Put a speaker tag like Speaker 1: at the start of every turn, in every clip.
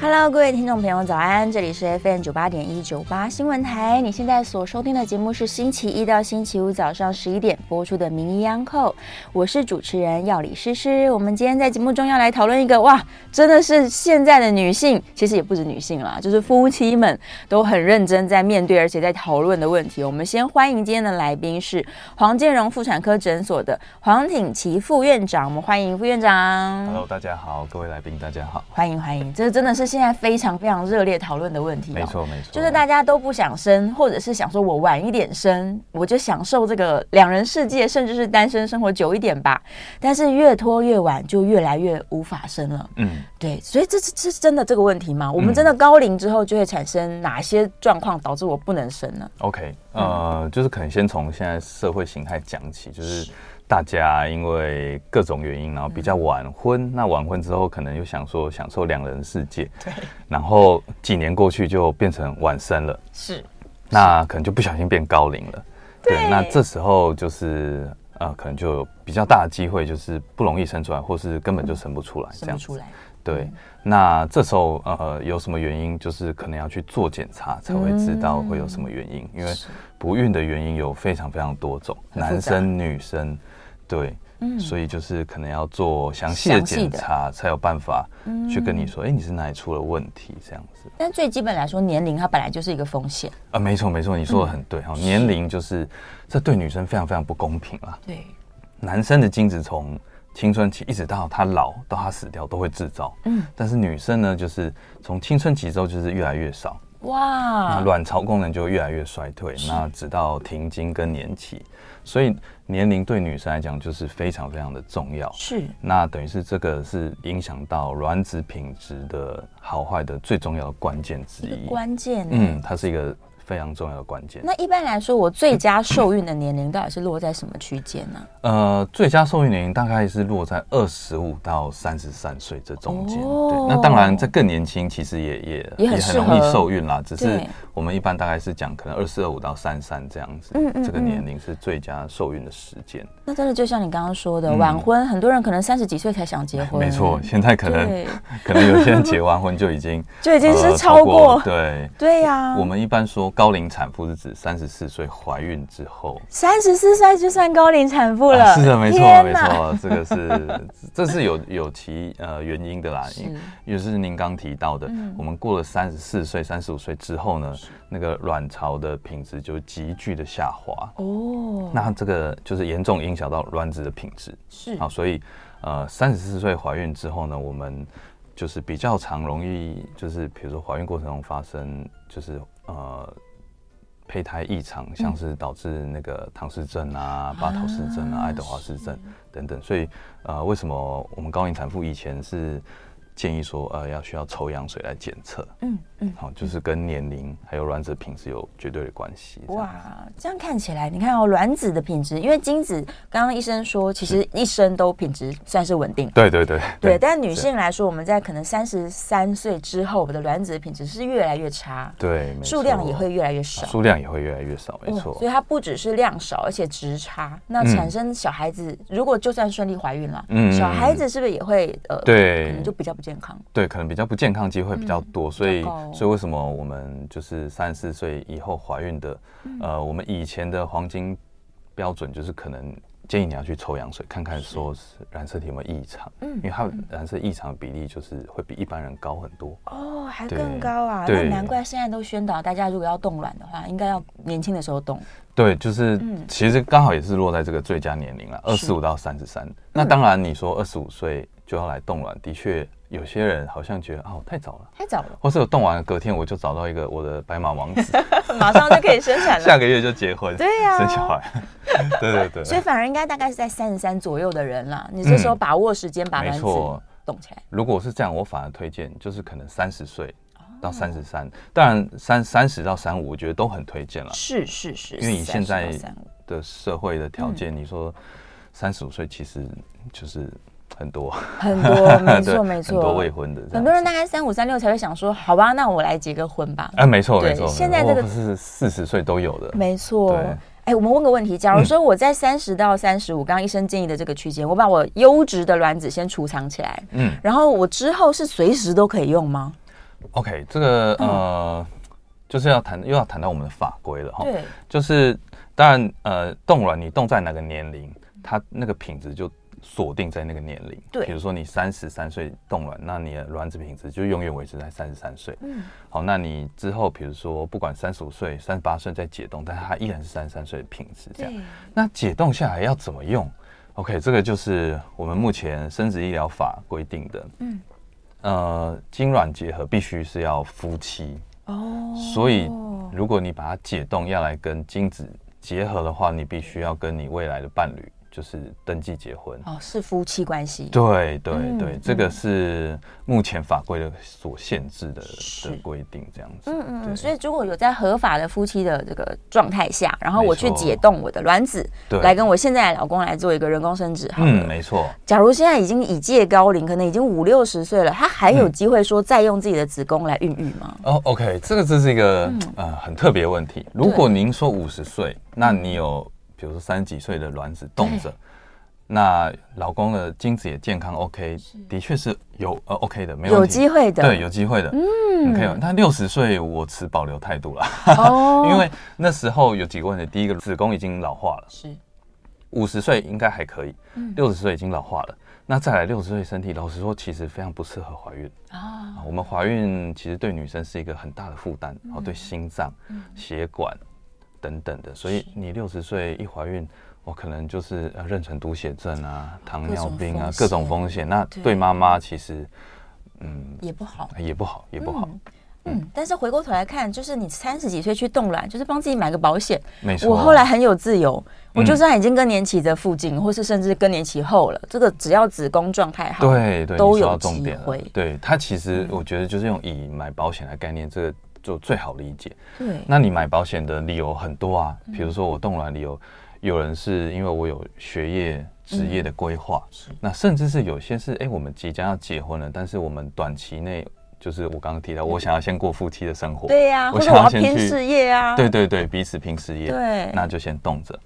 Speaker 1: Hello，各位听众朋友，早安！这里是 FM 九八点一九八新闻台，你现在所收听的节目是星期一到星期五早上十一点播出的《名医央叩》，我是主持人药理诗诗。我们今天在节目中要来讨论一个哇，真的是现在的女性，其实也不止女性啦，就是夫妻们都很认真在面对，而且在讨论的问题。我们先欢迎今天的来宾是黄建荣妇产科诊所的黄挺奇副院长，我们欢迎副院长。
Speaker 2: Hello，大家好，各位来宾，大家好。
Speaker 1: 欢迎欢迎，这真的是现在非常非常热烈讨论的问题、哦。
Speaker 2: 没错没错，
Speaker 1: 就是大家都不想生，或者是想说我晚一点生，我就享受这个两人世界，甚至是单身生活久一点吧。但是越拖越晚，就越来越无法生了。
Speaker 2: 嗯，
Speaker 1: 对，所以这是这是真的这个问题吗？我们真的高龄之后就会产生哪些状况导致我不能生呢？
Speaker 2: OK，呃，
Speaker 1: 嗯
Speaker 2: 就是可能先从现在社会形态讲起，就是大家因为各种原因，然后比
Speaker 1: 嗯
Speaker 2: 较晚婚，那晚婚之后可能又想说享受两人世界，
Speaker 1: 对，
Speaker 2: 然后几年过去就变成晚生了，
Speaker 1: 是
Speaker 2: 那可能就不小心变高龄了，
Speaker 1: 对
Speaker 2: 那这时候就是呃，可能就有比较大的机会就是不容易生出来，或是根本
Speaker 1: 嗯
Speaker 2: 就生不出来，这
Speaker 1: 生
Speaker 2: 样
Speaker 1: 不
Speaker 2: 子
Speaker 1: 出来，
Speaker 2: 对，那这时候呃有什么原因，就是可能要去做检查才会知道会有什么原因，因为不孕的原因有非常非常多种，
Speaker 1: 嗯很复
Speaker 2: 男
Speaker 1: 杂嗯
Speaker 2: 生女生，对，所以就是可能要做详细的
Speaker 1: 详细
Speaker 2: 检
Speaker 1: 的
Speaker 2: 查，才有办法去跟你
Speaker 1: 嗯
Speaker 2: 说，哎、你是哪里出了问题这样子。
Speaker 1: 但最基本来说，年龄它本来就是一个风险。
Speaker 2: 啊，没错没错，你说的很
Speaker 1: 嗯
Speaker 2: 对哈、年龄就是这对女生非常非常不公平啦。
Speaker 1: 对，
Speaker 2: 男生的精子从青春期一直到他老到他死掉都会制造，
Speaker 1: 嗯
Speaker 2: 但是女生呢，就是从青春期之后就是越来越少，那
Speaker 1: 哇，
Speaker 2: 卵巢功能就越来越衰退，那直到停经更年期，所以年龄对女生来讲就是非常非常的重要。
Speaker 1: 是
Speaker 2: 那等于是这个是影响到卵子品质的好坏的最重要的关键之
Speaker 1: 一个
Speaker 2: 一。
Speaker 1: 关键。
Speaker 2: 嗯，它是一个非常重要的关键。
Speaker 1: 那一般来说，我最佳受孕的年龄到底是落在什么区间呢？
Speaker 2: 呃，最佳受孕年龄大概是落在二十五到三十三岁这中间。
Speaker 1: 哦
Speaker 2: 对，那当然，在更年轻其实也也
Speaker 1: 也很
Speaker 2: 很
Speaker 1: 适
Speaker 2: 容易
Speaker 1: 合
Speaker 2: 受孕啦。只是
Speaker 1: 对
Speaker 2: 我们一般大概是讲可能二四二五到三三这样子，
Speaker 1: 嗯嗯
Speaker 2: 这个
Speaker 1: 嗯
Speaker 2: 年龄是最佳受孕的时间。
Speaker 1: 那真的就像你刚刚说的，
Speaker 2: 嗯
Speaker 1: 晚婚，很多人可能三十几岁才想结婚，
Speaker 2: 没错，，现在可 能
Speaker 1: 对，
Speaker 2: 可能有些人结完婚就已经
Speaker 1: 就已经是
Speaker 2: 呃
Speaker 1: 超过，嗯
Speaker 2: 对。
Speaker 1: 对呀，
Speaker 2: 我们一般说高龄产妇是指三十四岁怀孕之后
Speaker 1: 三十四岁就算高龄产妇了，
Speaker 2: 啊是的，没错，
Speaker 1: 天
Speaker 2: 没
Speaker 1: 哪，
Speaker 2: 错，这个是这是有有其呃原因的啦，因也是您刚提到的，
Speaker 1: 嗯
Speaker 2: 我们过了三十四岁、三十五岁之后呢，那个卵巢的品质就急剧的下滑，
Speaker 1: 哦，
Speaker 2: 那这个就是严重影响到卵子的品质。
Speaker 1: 是
Speaker 2: 好，所以呃，三十四岁怀孕之后呢，我们就是比较常容易，就是比如说怀孕过程中发生，就是呃。胚胎异常，像是导致那个唐氏症啊、巴陶氏症啊、爱德华氏症等等，所以呃，为什么我们高龄产妇以前是建议说呃要需要抽羊水来检测？
Speaker 1: 嗯嗯，
Speaker 2: 好，就是跟年龄还有卵子品质有绝对的关系。这样
Speaker 1: 哇，这样看起来，你看哦，卵子的品质，因为精子，刚刚医生说，其实一生都品质算是稳定。
Speaker 2: 对对对
Speaker 1: 对，但女性来说，我们在可能三十三岁之后，我们的卵子的品质是越来越差，
Speaker 2: 对，没
Speaker 1: 数量
Speaker 2: 错
Speaker 1: 也会越来越少。
Speaker 2: 数量也会越来越少，没
Speaker 1: 哇
Speaker 2: 错
Speaker 1: 所以。它不只是量少，而且值差。那
Speaker 2: 嗯
Speaker 1: 产生小孩子，如果就算顺利怀孕了，
Speaker 2: 嗯
Speaker 1: 小孩子是不是也会呃，，可
Speaker 2: 对
Speaker 1: 能就比较不健康？
Speaker 2: 对，可能比较不健康机会比较多，所以
Speaker 1: 糟糕哦
Speaker 2: 所以为什么我们就是三十四岁以后怀孕的，
Speaker 1: 嗯
Speaker 2: 呃，我们以前的黄金标准就是可能建议你要去抽羊水，看看说是染色体有没有异常，
Speaker 1: 嗯
Speaker 2: 因为它染色异常比例就是会比一般人高很多。
Speaker 1: 哦，还
Speaker 2: 对
Speaker 1: 更高啊！那
Speaker 2: 对
Speaker 1: 难怪现在都宣导大家，如果要冻卵的话，应该要年轻的时候冻。
Speaker 2: 对，就是
Speaker 1: 嗯
Speaker 2: 其实刚好也是落在这个最佳年龄了，二
Speaker 1: 是嗯
Speaker 2: 十五到三十三。那当然，你说二十五岁就要来冻卵，的确有些人好像觉得哦太早了，
Speaker 1: 太早了，
Speaker 2: 或是我冻完了隔天我就找到一个我的白马王子，
Speaker 1: 马上就可以生产
Speaker 2: 下
Speaker 1: 了。
Speaker 2: 个月就结婚，
Speaker 1: 对呀
Speaker 2: 生 小孩，对对对，
Speaker 1: 所以反而应该大概是在三十三左右的人啦，你这时候把握时间，把
Speaker 2: 嗯没
Speaker 1: 卵子
Speaker 2: 错
Speaker 1: 冻起来。
Speaker 2: 如果是这样，我反而推荐就是可能三十岁到三十三，当然三三十到三五，我觉得都很推荐了。
Speaker 1: 是是是，
Speaker 2: 因为你现在
Speaker 1: 30到35嗯
Speaker 2: 的社会的条件，你说三十五岁其实就是很多，
Speaker 1: 很多，没
Speaker 2: 对
Speaker 1: 错没
Speaker 2: 很多
Speaker 1: 错
Speaker 2: 未。婚的这样子，
Speaker 1: 很多人大概三五三六才会想说，好吧，那我来结个婚吧。
Speaker 2: 啊，没错
Speaker 1: 对
Speaker 2: 没错，
Speaker 1: 现在这个嗯
Speaker 2: 不是四十岁都有的，
Speaker 1: 没错
Speaker 2: 对。
Speaker 1: 哎，我们问个问题，假如说我在三十到三十五，刚刚医生建议的这个区间，我把我优质的卵子先储藏起来，
Speaker 2: 嗯
Speaker 1: 然后我之后是随时都可以用吗？
Speaker 2: ，OK，这个
Speaker 1: 嗯
Speaker 2: 呃，就是要谈又要谈到我们的法规了哈，
Speaker 1: 对，
Speaker 2: 就是当然呃，冻卵你冻在哪个年龄，它那个品质就锁定在那个年龄。
Speaker 1: 对
Speaker 2: 比如说你三十三岁冻卵，那你的卵子品质就永远维持在三十三岁。嗯，好，那你之后比如说不管三十五岁、三十八岁再解冻，但是它依然是三十三岁的品质这样。那解冻下来要怎么用？OK，这个就是我们目前生殖医疗法规定的。
Speaker 1: 嗯
Speaker 2: 嗯，呃，精卵结合必须是要夫妻。
Speaker 1: 哦，
Speaker 2: 所以，如果你把它解冻，要来跟精子结合的话，你必须要跟你未来的伴侣就是登记结婚。
Speaker 1: 哦是夫妻关系，
Speaker 2: 对对
Speaker 1: 嗯
Speaker 2: 对，
Speaker 1: 嗯
Speaker 2: 这个是目前法规的所限制的
Speaker 1: 是
Speaker 2: 的规定，这样子。
Speaker 1: 嗯嗯
Speaker 2: 对
Speaker 1: 嗯，所以如果有在合法的夫妻的这个状态下，然后我去
Speaker 2: 没错
Speaker 1: 解冻我的卵子，
Speaker 2: 对
Speaker 1: 来跟我现在的老公来做一个人工生殖，好了。
Speaker 2: 嗯，没错，
Speaker 1: 假如现在已经已届高龄，可能已经五六十岁了，他还有机会说再用自己的子宫来孕育吗？
Speaker 2: 哦、o k 这个这是一个、
Speaker 1: 嗯
Speaker 2: 呃很特别的问题。如果您说五十岁，那你有比如说三十几岁的卵子冻着，那老公的精子也健康 OK，的确是有呃 OK 的，没问
Speaker 1: 有
Speaker 2: 题。
Speaker 1: 机会的，
Speaker 2: 对，有机会的，嗯，可以有。那六十岁我持保留态度了，
Speaker 1: 哦
Speaker 2: 因为那时候有几个问题，第一个子宫已经老化了，
Speaker 1: 是
Speaker 2: 五十岁应该还可以，
Speaker 1: 嗯
Speaker 2: 六十岁已经老化了。那再来六十岁身体，老实说其实非常不适合怀孕。
Speaker 1: 啊，
Speaker 2: 啊，我们怀孕其实对女生是一个很大的负担，
Speaker 1: 嗯
Speaker 2: 哦，对心脏、血管等等的，所以你六十岁一怀孕，我可能就是呃妊娠毒血症啊、糖
Speaker 1: 哦各
Speaker 2: 尿
Speaker 1: 种
Speaker 2: 病啊
Speaker 1: 风
Speaker 2: 各种
Speaker 1: 险
Speaker 2: 风险，那
Speaker 1: 对
Speaker 2: 对妈妈其实嗯
Speaker 1: 也不好。
Speaker 2: 也不好，也不好，
Speaker 1: 嗯，但是回过头来看，就是你三十几岁去冻卵，就是帮自己买个保险。
Speaker 2: 没错。啊嗯
Speaker 1: 我后来很有自由，我就算已经更年期的附近，或是甚至更年期后了，这个只要子宫状态好，
Speaker 2: 对对，
Speaker 1: 都
Speaker 2: 你
Speaker 1: 有
Speaker 2: 说到重
Speaker 1: 机
Speaker 2: 点了
Speaker 1: 会嗯
Speaker 2: 对它其实我觉得就是用以买保险的概念，这个就最好理解。
Speaker 1: 对
Speaker 2: 那你买保险的理由很多啊，
Speaker 1: 嗯
Speaker 2: 比如说我动了理由，有人是因为我有学业、职业的规划，
Speaker 1: 嗯
Speaker 2: 那甚至是有些是哎、我们即将要结婚了，但是我们短期内就是我刚刚提到，我想要先过夫妻的生活，
Speaker 1: 对呀，或
Speaker 2: 我
Speaker 1: 者
Speaker 2: 想
Speaker 1: 我
Speaker 2: 要
Speaker 1: 要
Speaker 2: 先
Speaker 1: 拼
Speaker 2: 去
Speaker 1: 事业啊，
Speaker 2: 对对对，彼此拼事业，
Speaker 1: 对，
Speaker 2: 那就先冻着。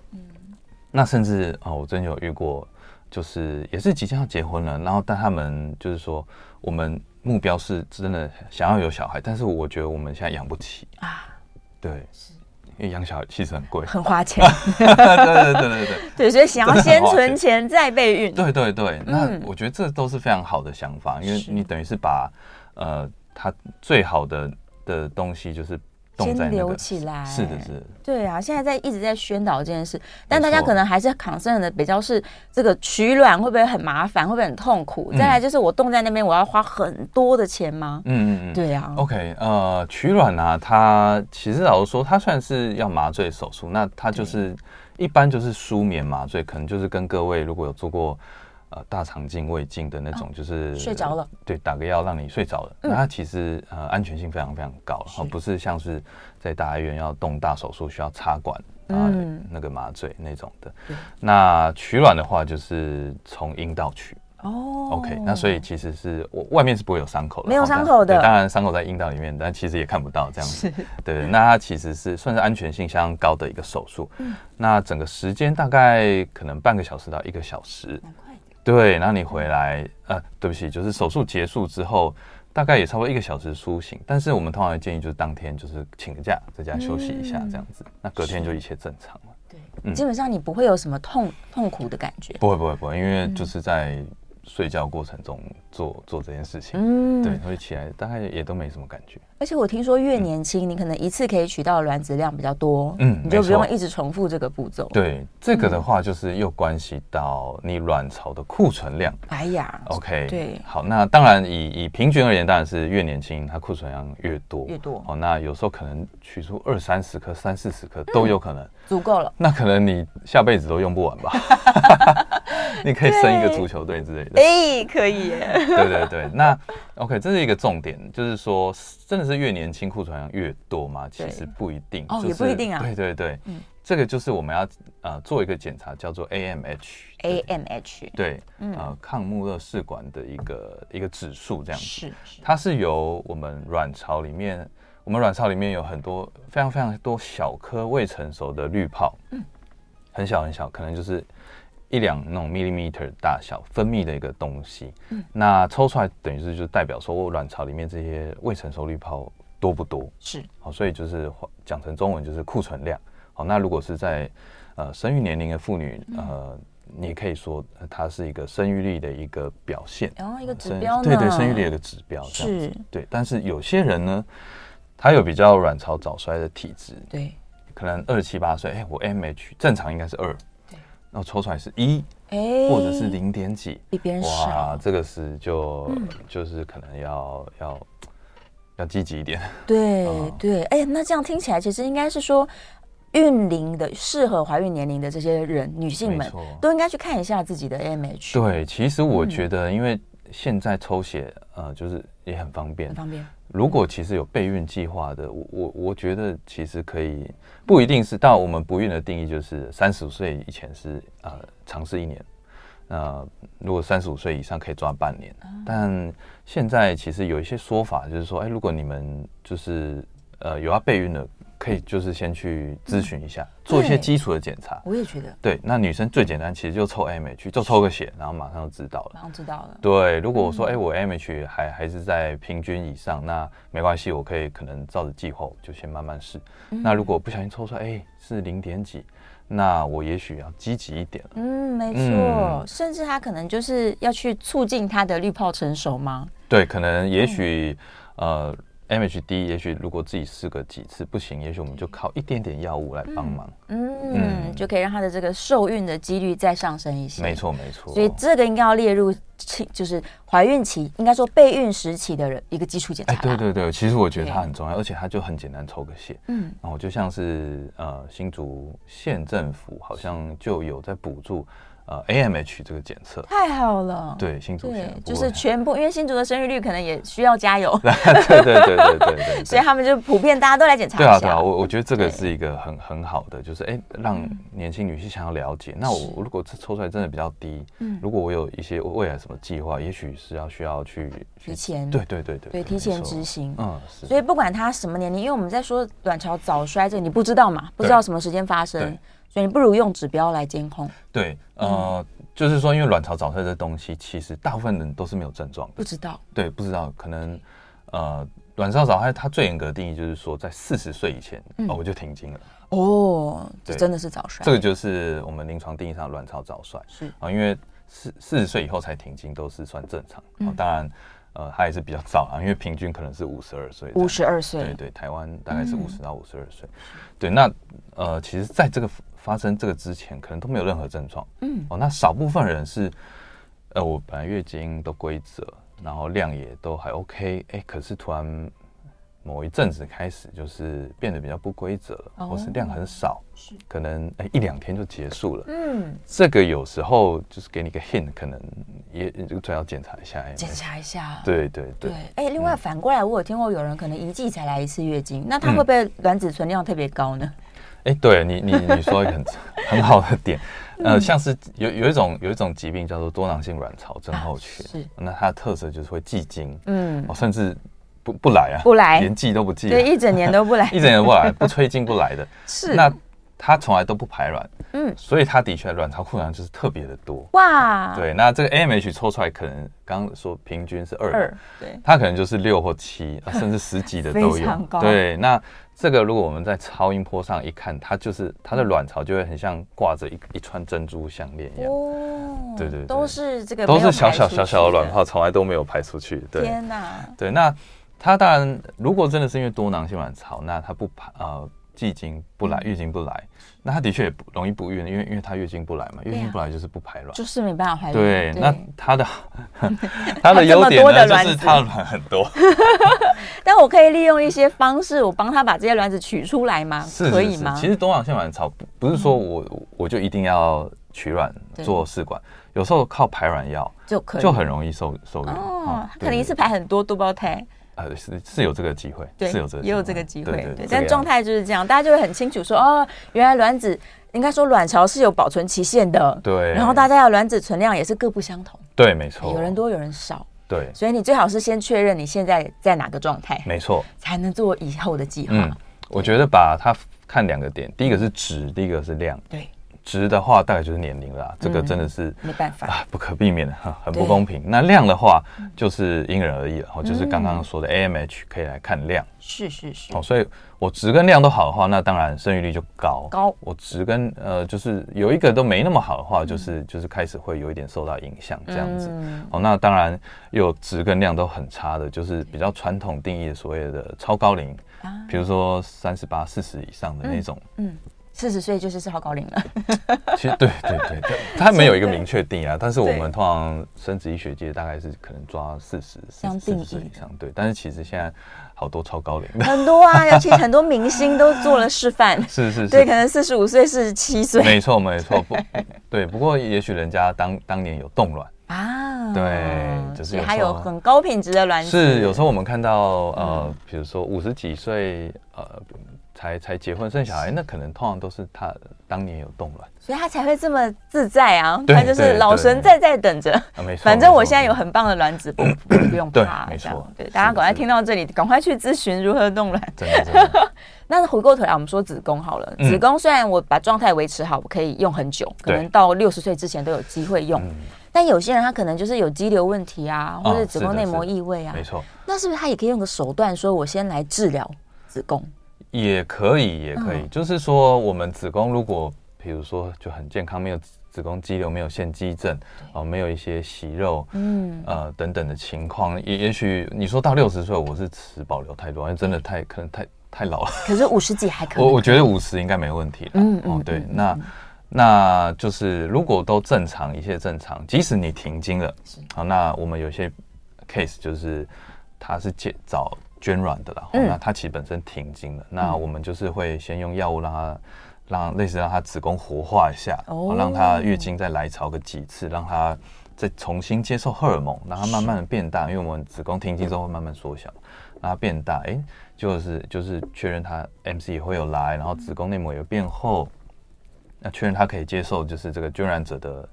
Speaker 2: 那甚至啊、我真有遇过，就是也是即将要结婚了，然后但他们就是说，我们目标是真的想要有小孩，但是我觉得我们现在养不起啊，对，因为养小孩其实很贵
Speaker 1: 很花钱，
Speaker 2: 对对对对对
Speaker 1: 对，所以想要
Speaker 2: 真的
Speaker 1: 先
Speaker 2: 很花
Speaker 1: 存
Speaker 2: 钱
Speaker 1: 钱再备孕，
Speaker 2: 对对对，那我觉得这都是非常好的想法，因为
Speaker 1: 是
Speaker 2: 你等嗯于是把呃他最好的的东西就是冻在
Speaker 1: 先
Speaker 2: 那
Speaker 1: 留
Speaker 2: 个，
Speaker 1: 起来，
Speaker 2: 是的是的，
Speaker 1: 对啊，现在在一直在宣导这件事，但大家
Speaker 2: 错
Speaker 1: 可能还是 concern 的比较是这个取卵会不会很麻烦，会不会很痛苦？
Speaker 2: 嗯
Speaker 1: 再来就是我冻在那边，我要花很多的钱吗？
Speaker 2: 嗯嗯嗯，
Speaker 1: 对啊，
Speaker 2: OK，呃，取卵啊，它其实老实说，它算是要麻醉手术，那它就是一般就是舒眠麻醉，可能就是跟各位如果有做过呃大肠镜、胃镜的那种，就是
Speaker 1: 睡着了，
Speaker 2: 对，打个药让你睡着了，
Speaker 1: 嗯
Speaker 2: 那它其实呃安全性非常非常高，然后不是像是在大医院要动大手术需要插管啊、
Speaker 1: 嗯
Speaker 2: 那个麻醉那种的。那取卵的话，就是从阴道取。
Speaker 1: 哦
Speaker 2: OK，那所以其实是我外面是不会有伤口的，
Speaker 1: 没有
Speaker 2: 哦但
Speaker 1: 伤口的
Speaker 2: 对当然伤口在阴道里面，但其实也看不到这样子。对，那它其实是算是安全性相当高的一个手术。那整个时间大概可能半个小时到一个小时。对，然后你回来，呃，对不起，就是手术结束之后，大概也差不多一个小时苏醒。但是我们通常建议就是当天就是请个假，在家休息一下这样子，那隔天就一切正常了。
Speaker 1: 基本上你不会有什么痛痛苦的感觉。
Speaker 2: 不会不会不会，因为就是在睡觉过程中做做这件事情。对，
Speaker 1: 嗯，
Speaker 2: 所以起来大概也都没什么感觉。
Speaker 1: 而且我听说越年轻，你可能一次可以取到的卵子量比较多，
Speaker 2: 嗯
Speaker 1: 你就
Speaker 2: 没
Speaker 1: 不用
Speaker 2: 错
Speaker 1: 一直重复这个步骤。，
Speaker 2: 对，这个的话就是又关系到你卵巢的库存量。
Speaker 1: 哎呀，
Speaker 2: OK，
Speaker 1: 对
Speaker 2: 好，那当然以以平均而言，当然是越年轻它库存量越多，
Speaker 1: 越多
Speaker 2: 哦，那有时候可能取出二三十颗、三四十
Speaker 1: 嗯
Speaker 2: 颗都有可能，
Speaker 1: 足够了。
Speaker 2: 那可能你下辈子都用不完吧。 你可以生一个足球队之类的。
Speaker 1: 哎，可以耶，
Speaker 2: 对对对，那 OK，这是一个重点，就是说，真的是越年轻库存量越多吗？其
Speaker 1: 对
Speaker 2: 实不一定，
Speaker 1: 哦
Speaker 2: 就是
Speaker 1: 也不一定啊
Speaker 2: 对对对，这个就是我们要呃做一个检查，叫做 AMH 的
Speaker 1: AMH
Speaker 2: 对，呃，抗穆勒试管的一个一个指数这样子。
Speaker 1: 是是
Speaker 2: 它是由我们卵巢里面，我们卵巢里面有很多非常非常多小颗未成熟的滤泡，很小很小，可能就是一两那种 millimeter 大小分泌的一个东西。那抽出来等于是就代表说我卵巢里面这些未成熟滤泡多不多？
Speaker 1: 是
Speaker 2: 好，所以就是讲成中文就是库存量。好，那如果是在呃生育年龄的妇女，呃，
Speaker 1: 嗯
Speaker 2: 你也可以说呃它是一个生育力的一个表现。
Speaker 1: 然哦后一个指
Speaker 2: 生
Speaker 1: 标呢，
Speaker 2: 对对，生育力的一个指标，这样子
Speaker 1: 是，
Speaker 2: 对。但是有些人呢，他有比较卵巢早衰的体质，
Speaker 1: 对，
Speaker 2: 可能二七八岁，哎，我 M H 正常应该是二，然后抽出来是一，
Speaker 1: 哎，
Speaker 2: 或者是零点几，
Speaker 1: 比别人
Speaker 2: 哇
Speaker 1: 少，，嗯
Speaker 2: 这个是就就是可能要要要积极一点，
Speaker 1: 对、
Speaker 2: 哦
Speaker 1: 对，哎，那这样听起来其实应该是说。孕龄的适合怀孕年龄的这些人，女性
Speaker 2: 没
Speaker 1: 们
Speaker 2: 错
Speaker 1: 都应该去看一下自己的 AMH，，
Speaker 2: 对，其实
Speaker 1: 嗯
Speaker 2: 我觉得，因为现在抽血，呃，就是也很方便
Speaker 1: 很。方便。
Speaker 2: 如果其实有备孕计划的，我我我觉得其实可以，不一定是到我们不孕的定义就是三十五岁以前是呃尝试一年，呃，如果三十五岁以上可以抓半年。
Speaker 1: 啊
Speaker 2: 但现在其实有一些说法就是说，哎，如果你们就是呃有要备孕的，可以就是先去咨询一下，做一些
Speaker 1: 对
Speaker 2: 基础的检查。
Speaker 1: 我也觉得，
Speaker 2: 对，那女生最简单，其实就抽 M H，就抽个血，然后马上就知道了。
Speaker 1: 马上知道了。
Speaker 2: 对，如果我
Speaker 1: 嗯
Speaker 2: 说，哎、我 M H 还还是在平均以上，那没关系，我可以可能照着计划我就先慢慢试。那如果
Speaker 1: 嗯
Speaker 2: 不小心抽出来，哎、是零点几，那我也许要积极一点了。
Speaker 1: 嗯，没错，
Speaker 2: 嗯
Speaker 1: 甚至他可能就是要去促进他的滤泡成熟吗？
Speaker 2: 对，可能也许、
Speaker 1: 嗯
Speaker 2: 呃 M H D，也许如果自己试个几次不行，也许我们就靠一点点药物来帮忙。
Speaker 1: 嗯，
Speaker 2: 嗯
Speaker 1: 就可以让他的这个受孕的几率再上升一些。
Speaker 2: 没，错，没错。
Speaker 1: 所以这个应该要列入期，就是怀孕期，应该说备孕时期的人一个基础检查
Speaker 2: 哎、
Speaker 1: 啦。
Speaker 2: 对对对，其实我觉得它
Speaker 1: 对
Speaker 2: 很重要，而且它就很简单，抽个血。
Speaker 1: 嗯，
Speaker 2: 然后哦就像是呃新竹县政府好像就有在补助呃 AMH 这个检测，
Speaker 1: 太好了。
Speaker 2: 对新竹县
Speaker 1: 对
Speaker 2: 的，部
Speaker 1: 就
Speaker 2: 落
Speaker 1: 是全部，因为新竹的生育率可能也需要加油，
Speaker 2: 对啊对对对对 对
Speaker 1: 所以
Speaker 2: 对。
Speaker 1: 他们就普遍大家都来检查
Speaker 2: 对
Speaker 1: 一
Speaker 2: 啊，对啊，
Speaker 1: 下。嗯
Speaker 2: 我我觉得这个是一个很很好的，就是哎、让年轻女性想要了解。那我我如果抽出来真的比较低，
Speaker 1: 嗯
Speaker 2: 如果我有一些未来什么计划，也许是要需要去
Speaker 1: 提前
Speaker 2: 对对对对，
Speaker 1: 对，
Speaker 2: 没
Speaker 1: 提前
Speaker 2: 错
Speaker 1: 执行。
Speaker 2: 嗯，是
Speaker 1: 所以不管他什么年龄，因为我们在说卵巢早衰这个，你不知道嘛，不知道什么时间发生
Speaker 2: 对，
Speaker 1: 所以你不如用指标来监控，
Speaker 2: 对，呃，
Speaker 1: 嗯
Speaker 2: 就是说，因为卵巢早衰这东西，其实大部分人都是没有症状的
Speaker 1: 不。知道
Speaker 2: 对，不知道，可能呃，卵巢早衰它最严格的定义就是说，在四十岁以前、
Speaker 1: 嗯
Speaker 2: 哦，我就停经了。
Speaker 1: 哦，这
Speaker 2: 对
Speaker 1: 真的是早衰，
Speaker 2: 这个就是我们临床定义上的卵巢早衰
Speaker 1: 是
Speaker 2: 啊、因为四四十岁以后才停经都是算正常。
Speaker 1: 嗯
Speaker 2: 哦、当然，呃，它也是比较早啊，因为平均可能是五十二岁这样。
Speaker 1: 五十二
Speaker 2: 对
Speaker 1: 岁，
Speaker 2: 对，台湾大
Speaker 1: 嗯
Speaker 2: 概是五十到五十二岁。对，那呃，其实在这个发生这个之前，可能都没有任何症状。
Speaker 1: 嗯，
Speaker 2: 哦，那少部分人是，呃，我本来月经都规则，然后量也都还 OK，哎，可是突然某一阵子开始就是变得比较不规则，
Speaker 1: 哦
Speaker 2: 或是量很少，可能哎一两天就结束了。
Speaker 1: 嗯，
Speaker 2: 这个有时候就是给你个 hint，可能也就最好检查一下。哎
Speaker 1: 检。查一下。
Speaker 2: 对对
Speaker 1: 对，
Speaker 2: 对嗯
Speaker 1: 哎，另外反过来，我有听过有人可能一季才来一次月经，那他会不会卵子存量特别高呢？
Speaker 2: 哎，对你你你说一个很 很好的点，
Speaker 1: 嗯
Speaker 2: 呃，像是有有一种有一种疾病叫做多囊性卵巢症候群，
Speaker 1: 是
Speaker 2: 那它的特色就是会忌经，
Speaker 1: 嗯
Speaker 2: 哦，，甚至不不来啊，
Speaker 1: 不来
Speaker 2: 连记都不记啊，
Speaker 1: 对，一整年都不来
Speaker 2: ，一整年不来，不催经不来的，
Speaker 1: 是
Speaker 2: 那它从来都不排卵，
Speaker 1: 嗯，
Speaker 2: 所以它的确卵巢库存量就是特别的多。
Speaker 1: 哇，
Speaker 2: 对，那这个 AMH 抽出来可能刚刚说平均是二，
Speaker 1: 二对，
Speaker 2: 它可能就是六或七、啊 甚至十几的都
Speaker 1: 非
Speaker 2: 有
Speaker 1: 常高。
Speaker 2: 对，那这个如果我们在超音波上一看，它就是它的卵巢就会很像挂着一一串珍珠项链一样，
Speaker 1: 哦，
Speaker 2: 对对对
Speaker 1: 都是这个
Speaker 2: 都
Speaker 1: 没有
Speaker 2: 是小小
Speaker 1: 排出
Speaker 2: 小小的
Speaker 1: 去
Speaker 2: 卵泡，从来都没有排出去。对，
Speaker 1: 天哪，
Speaker 2: 对，那它当然，如果真的是因为多囊性卵巢，那它不排呃季经不
Speaker 1: 嗯
Speaker 2: 来，月经不来，那它的确也不容易不孕，因为因为它月经不来嘛，月
Speaker 1: 啊
Speaker 2: 经不来就是不排卵。
Speaker 1: 就是没办法怀孕。
Speaker 2: 对，那它的 它的优
Speaker 1: 它这
Speaker 2: 点
Speaker 1: 么多的
Speaker 2: 呢，
Speaker 1: 卵子
Speaker 2: 就是它的卵很多，
Speaker 1: 但我可以利用一些方式，我帮他把这些卵子取出来吗？
Speaker 2: 是
Speaker 1: 可
Speaker 2: 是
Speaker 1: 以
Speaker 2: 是
Speaker 1: 吗？嗯
Speaker 2: 其实多囊性卵巢不不是说我我就一定要取卵
Speaker 1: 对
Speaker 2: 做试管，有时候靠排卵药
Speaker 1: 就可以，
Speaker 2: 就很容易受受孕。
Speaker 1: 哦
Speaker 2: 嗯，
Speaker 1: 他可能一次
Speaker 2: 对
Speaker 1: 排很多多胞胎，
Speaker 2: 呃，是是有这个机会，
Speaker 1: 对
Speaker 2: 是有这个
Speaker 1: 也有这个机会，
Speaker 2: 对对
Speaker 1: 对
Speaker 2: 对，，
Speaker 1: 但状
Speaker 2: 态
Speaker 1: 态就是这样，大家就会很清楚说，哦，原来卵子应该说卵巢是有保存期限的，
Speaker 2: 对，
Speaker 1: 然后大家的卵子存量也是各不相同，
Speaker 2: 对，没错，
Speaker 1: 有人多有人少，
Speaker 2: 对，
Speaker 1: 所以你最好是先确认你现在在哪个状态，
Speaker 2: 没错，
Speaker 1: 才能做以后的计划。
Speaker 2: 嗯，我觉得把它看两个点，第一个是值，第一个是量。
Speaker 1: 对，
Speaker 2: 值的话大概就是年龄啦，这个真的是
Speaker 1: 没办法
Speaker 2: 啊，不可避免的，哈很
Speaker 1: 嗯
Speaker 2: 不
Speaker 1: 对嗯
Speaker 2: 公平。那量的话就是因人而异了，哦，就是刚刚说的 AMH 可以来看量。
Speaker 1: 是是是，
Speaker 2: 哦，所以我值跟量都好的话，那当然生育率就高。
Speaker 1: 高
Speaker 2: 我值跟呃，就是有一个都没那么好的话，就是、就是开始会有一点受到影响这样子。
Speaker 1: 嗯
Speaker 2: 哦，那当然有值跟量都很差的，就是比较传统定义的所谓的超高龄，
Speaker 1: 啊，嗯
Speaker 2: 比如说三十八、四十以上的那种。
Speaker 1: 四十岁就是是好高龄了，
Speaker 2: 其实对对对，它它没有一个明确定义啊，但是我
Speaker 1: 对
Speaker 2: 们通常生殖医学界大概是可能抓四十、
Speaker 1: 相
Speaker 2: 四
Speaker 1: 定义
Speaker 2: 十岁以上，对。但是其实现在好多超高龄的，
Speaker 1: 很多啊，尤其很多明星都做了示范，
Speaker 2: 是是是，
Speaker 1: 对，可能四十五岁、四十七岁
Speaker 2: 没错，没错，不，对。不过也许人家当当年有冻卵，
Speaker 1: 啊，
Speaker 2: 对就是
Speaker 1: 所以
Speaker 2: 有
Speaker 1: 还
Speaker 2: 时
Speaker 1: 有
Speaker 2: 候
Speaker 1: 很高品质的卵子，
Speaker 2: 是有时候我们看到
Speaker 1: 嗯
Speaker 2: 呃，比如说五十几岁呃才才结婚生小孩，那可能通常都是他当年有冻卵
Speaker 1: 所以他才会这么自在啊，
Speaker 2: 对
Speaker 1: 他就是
Speaker 2: 对
Speaker 1: 老神
Speaker 2: 对
Speaker 1: 在在等着。
Speaker 2: 啊，没错。
Speaker 1: 反正
Speaker 2: 没
Speaker 1: 我
Speaker 2: 错
Speaker 1: 现在有很棒的卵子，不不不用怕，
Speaker 2: 对没
Speaker 1: 这样
Speaker 2: 错
Speaker 1: 对，
Speaker 2: 是
Speaker 1: 大家赶快
Speaker 2: 是
Speaker 1: 听到这里，赶快去咨询如何冻卵。
Speaker 2: 真的 真的
Speaker 1: 那回过头来，我们说子宫好了，
Speaker 2: 嗯
Speaker 1: 子宫虽然我把状态维持好，我可以用很久，可
Speaker 2: 对
Speaker 1: 能到六十岁之前都有机会用。但有些人他可能就是有肌瘤问题啊，或者
Speaker 2: 哦
Speaker 1: 子
Speaker 2: 是
Speaker 1: 宫
Speaker 2: 的
Speaker 1: 内
Speaker 2: 是
Speaker 1: 膜
Speaker 2: 的
Speaker 1: 异位啊，
Speaker 2: 没错，
Speaker 1: 那是不是他也可以用个手段，说我先来治疗子宫？
Speaker 2: 也可以也可以，
Speaker 1: 嗯
Speaker 2: 就是说我们子宫如果比如说就很健康，没有子宫肌瘤，没有腺肌症，哦，没有一些息肉，
Speaker 1: 嗯，
Speaker 2: 呃等等的情况，也也许你说到六十岁，我是持保留态度，因为真的太可能太太老了。
Speaker 1: 可是五十几还可
Speaker 2: 我
Speaker 1: 以
Speaker 2: 我觉得五十应该没问题了。
Speaker 1: 嗯
Speaker 2: 嗯
Speaker 1: 嗯
Speaker 2: 哦
Speaker 1: 嗯，
Speaker 2: 对
Speaker 1: 嗯，
Speaker 2: 那那就是如果都正常，一切正常，即使你停经了，好，那我们有些 case 就是它是借找捐卵的啦，哦
Speaker 1: 嗯
Speaker 2: 那它其实本身停经了，那我们就是会先用药物让它。让类似让它子宫活化一下，
Speaker 1: 哦
Speaker 2: 哦，让它月经再来潮个几次，让它再重新接受荷尔蒙，让它慢慢的变大，因为我们子宫停经之后会慢慢缩小，让它变大，诶，就是就是确认它 MC 也会有来，然后子宫内膜有变厚，那确认它可以接受就是这个捐卵者的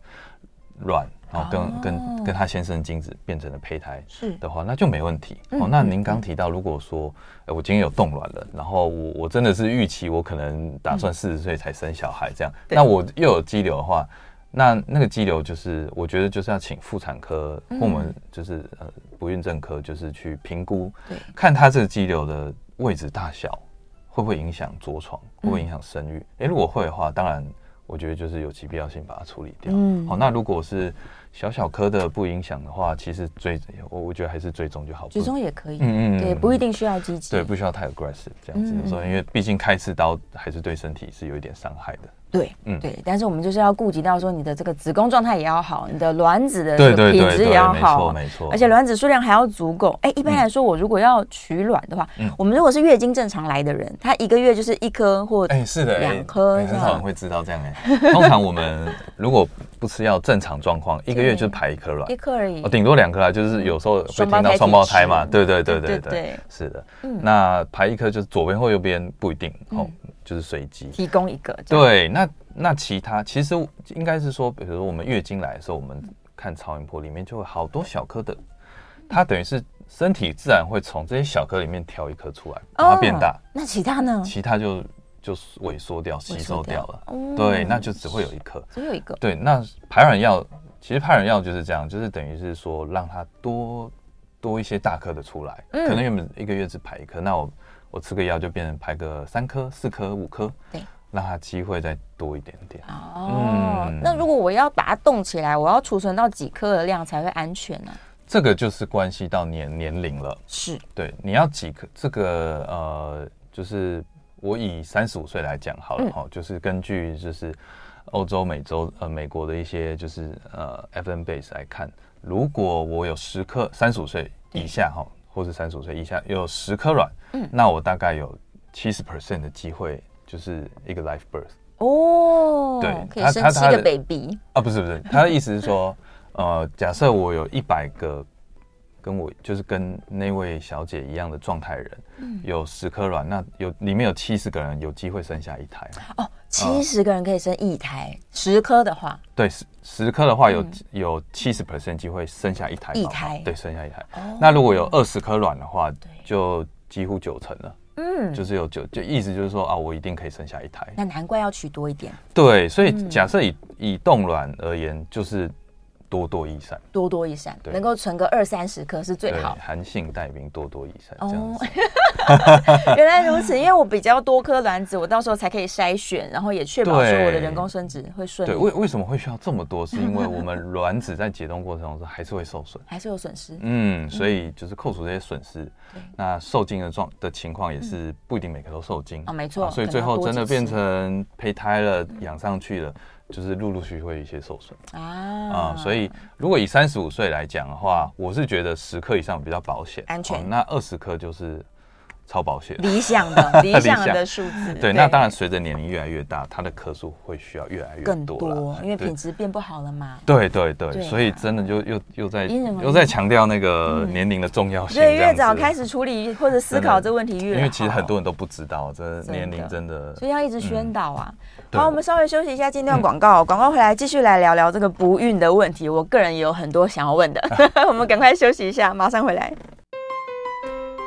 Speaker 2: 卵，然后跟、跟跟他先生的精子变成了胚胎
Speaker 1: 哦是嗯
Speaker 2: 的话，那就没问题。哦，那您刚提到，如果说、呃我今天有冻卵了，然后我我真的是预期我可能打算四十岁才生小孩这样，
Speaker 1: 嗯对
Speaker 2: 那我又有肌瘤的话。那那个肌瘤就是，我觉得就是要请妇产科或
Speaker 1: 嗯
Speaker 2: 我们就是呃不孕症科，就是去评估
Speaker 1: 对，
Speaker 2: 看它这个肌瘤的位置大小会不会影响着床，
Speaker 1: 嗯
Speaker 2: 会不会影响生育？诶、如果会的话，当然我觉得就是有其必要性把它处理掉。
Speaker 1: 嗯
Speaker 2: 好，那如果是小小颗的不影响的话，其实追我我觉得还是追踪就好。
Speaker 1: 追
Speaker 2: 不
Speaker 1: 踪也可以，
Speaker 2: 嗯嗯
Speaker 1: 对，
Speaker 2: 嗯
Speaker 1: 不一定需要积极，
Speaker 2: 对，不需要太 aggressive 这样子，
Speaker 1: 嗯嗯
Speaker 2: 有时候因为毕竟开一次刀还是对身体是有一点伤害的。
Speaker 1: 对，
Speaker 2: 嗯
Speaker 1: 对，但是我们就是要顾及到说你的这个子宫状态也要好，你的卵子的这
Speaker 2: 对
Speaker 1: 个
Speaker 2: 对
Speaker 1: 品
Speaker 2: 对
Speaker 1: 质
Speaker 2: 对
Speaker 1: 也要
Speaker 2: 没
Speaker 1: 好，
Speaker 2: 错没错嗯
Speaker 1: 而且卵子数量还要足够。哎，一般来说，我如果要取卵的话，我们如果是月经正常来的人，他一个月就是一颗或
Speaker 2: 哎、是的，哎
Speaker 1: 两颗
Speaker 2: 哎
Speaker 1: 这
Speaker 2: 很
Speaker 1: 样
Speaker 2: 少人会知道这样哎、通常我们如果不吃药，正常状况一个月
Speaker 1: 对
Speaker 2: 就排一颗卵
Speaker 1: 一，颗而已
Speaker 2: 哦，，顶多两颗啊，就是有时候会听到
Speaker 1: 嗯双
Speaker 2: 双
Speaker 1: 胞胎
Speaker 2: 胞
Speaker 1: 体质
Speaker 2: 胎嘛，对对对
Speaker 1: 对对
Speaker 2: 对对，
Speaker 1: 对嗯
Speaker 2: 是的。那排一颗就是左边或右边不一定，哦，就是随机。
Speaker 1: 提供一个。这样，
Speaker 2: 对，那那其他其实应该是说，比如说我们月经来的时候，我们看超音波里面就会好多小颗的，它等于是身体自然会从这些小颗里面挑一颗出来，把它变大，
Speaker 1: 哦。那其他呢？
Speaker 2: 其他就就萎缩掉、吸收掉了。
Speaker 1: 哦
Speaker 2: 对，那就只会有一颗。
Speaker 1: 只有一个。
Speaker 2: 对，那排卵药其实排卵药就是这样，就是等于是说让它多多一些大颗的出来，
Speaker 1: 嗯
Speaker 2: 可能原本一个月只排一颗，那我我吃个药就变成排个三颗、四颗、五颗，
Speaker 1: 对，
Speaker 2: 让它机会再多一点点。
Speaker 1: 哦，
Speaker 2: 嗯
Speaker 1: 那如果我要把它冻起来，我要储存到几颗的量才会安全呢、
Speaker 2: 这个就是关系到年年龄了，
Speaker 1: 是，
Speaker 2: 对，你要几颗这个呃，就是我以三十五岁来讲好了
Speaker 1: 嗯
Speaker 2: 哈、就是根据就是欧洲、美洲呃美国的一些就是呃 FN base 来看，如果我有十颗三十五岁以下哈，或是三十五岁以下有十颗卵，
Speaker 1: 嗯
Speaker 2: 那我大概有七十 percent 的机会就是一个 life birth
Speaker 1: 哦，
Speaker 2: 对
Speaker 1: 可以
Speaker 2: 它
Speaker 1: 生
Speaker 2: 它
Speaker 1: 七
Speaker 2: 它
Speaker 1: 个
Speaker 2: 的
Speaker 1: baby，
Speaker 2: 啊，不是不是，他的意思是说，呃，假设我有一百个跟我就是跟那位小姐一样的状态人，
Speaker 1: 嗯
Speaker 2: 有十颗卵，那有里面有七十个人有机会生下一胎嘛？
Speaker 1: 哦，七十个人可以生一胎，十颗的话，
Speaker 2: 对，十十颗的话有、有七十 percent 机会生下一胎
Speaker 1: 嗯
Speaker 2: 宝
Speaker 1: 一
Speaker 2: 宝，
Speaker 1: 胎哦
Speaker 2: 对，生下一胎。那如果有二十颗卵的话，就几乎九成了，
Speaker 1: 嗯，
Speaker 2: 就是有九，就意思就是说啊，我一定可以生下一胎。
Speaker 1: 那难怪要取多一点，
Speaker 2: 对，所以
Speaker 1: 嗯
Speaker 2: 假设以、以冻卵而言，就是多多益善，
Speaker 1: 多多益善，
Speaker 2: 对
Speaker 1: 能够存个二三十颗是最
Speaker 2: 对
Speaker 1: 好，。
Speaker 2: 寒性带病，多多益善
Speaker 1: 哦
Speaker 2: 这样子。
Speaker 1: 原来如此，因为我比较多颗卵子，我到时候才可以筛选，然后也确保说
Speaker 2: 对
Speaker 1: 我的人工生殖会顺
Speaker 2: 对，
Speaker 1: 利，
Speaker 2: 为为什么会需要这么多？是因为我们卵子在解冻过程中还是会受损。
Speaker 1: 还是有损失。
Speaker 2: 嗯，所以就是扣除这些损失，那受精的状的情况也是不一定每个都受精
Speaker 1: 哦没错
Speaker 2: 啊所以
Speaker 1: 可能
Speaker 2: 最
Speaker 1: 要
Speaker 2: 后
Speaker 1: 多
Speaker 2: 真的
Speaker 1: 几
Speaker 2: 变
Speaker 1: 次
Speaker 2: 成胚胎了，养上去了，就是陆陆续续会有一些受损
Speaker 1: 啊
Speaker 2: 啊。所以如果以三十五岁来讲的话，我是觉得十克以上比较保险，
Speaker 1: 安全
Speaker 2: 哦那二十克就是超保险。
Speaker 1: 理想 的理
Speaker 2: 理
Speaker 1: 想
Speaker 2: 想
Speaker 1: 的数字，
Speaker 2: 对，那当然随着年龄越来越大，它的颗数会需要越来越
Speaker 1: 更
Speaker 2: 多
Speaker 1: 多
Speaker 2: 啦，
Speaker 1: 因为
Speaker 2: 对
Speaker 1: 品质变不好了嘛。
Speaker 2: 对对对，
Speaker 1: 对啊
Speaker 2: 所以真的就又又在
Speaker 1: 因人而异
Speaker 2: 又在强调那个年龄的重要
Speaker 1: 嗯
Speaker 2: 性。
Speaker 1: 对，
Speaker 2: 这样
Speaker 1: 越
Speaker 2: 子
Speaker 1: 早开始处理或者思
Speaker 2: 真的
Speaker 1: 考这个问题越好，
Speaker 2: 因为其实很多人都不知道，这
Speaker 1: 真的
Speaker 2: 年龄真的
Speaker 1: 所以要一直宣导啊。
Speaker 2: 对嗯
Speaker 1: 好，我们稍微休息一下，进段广告。广告回来继续来聊聊这个不孕的问题。我个人也有很多想要 问的，我们赶快休息一下，马上回来。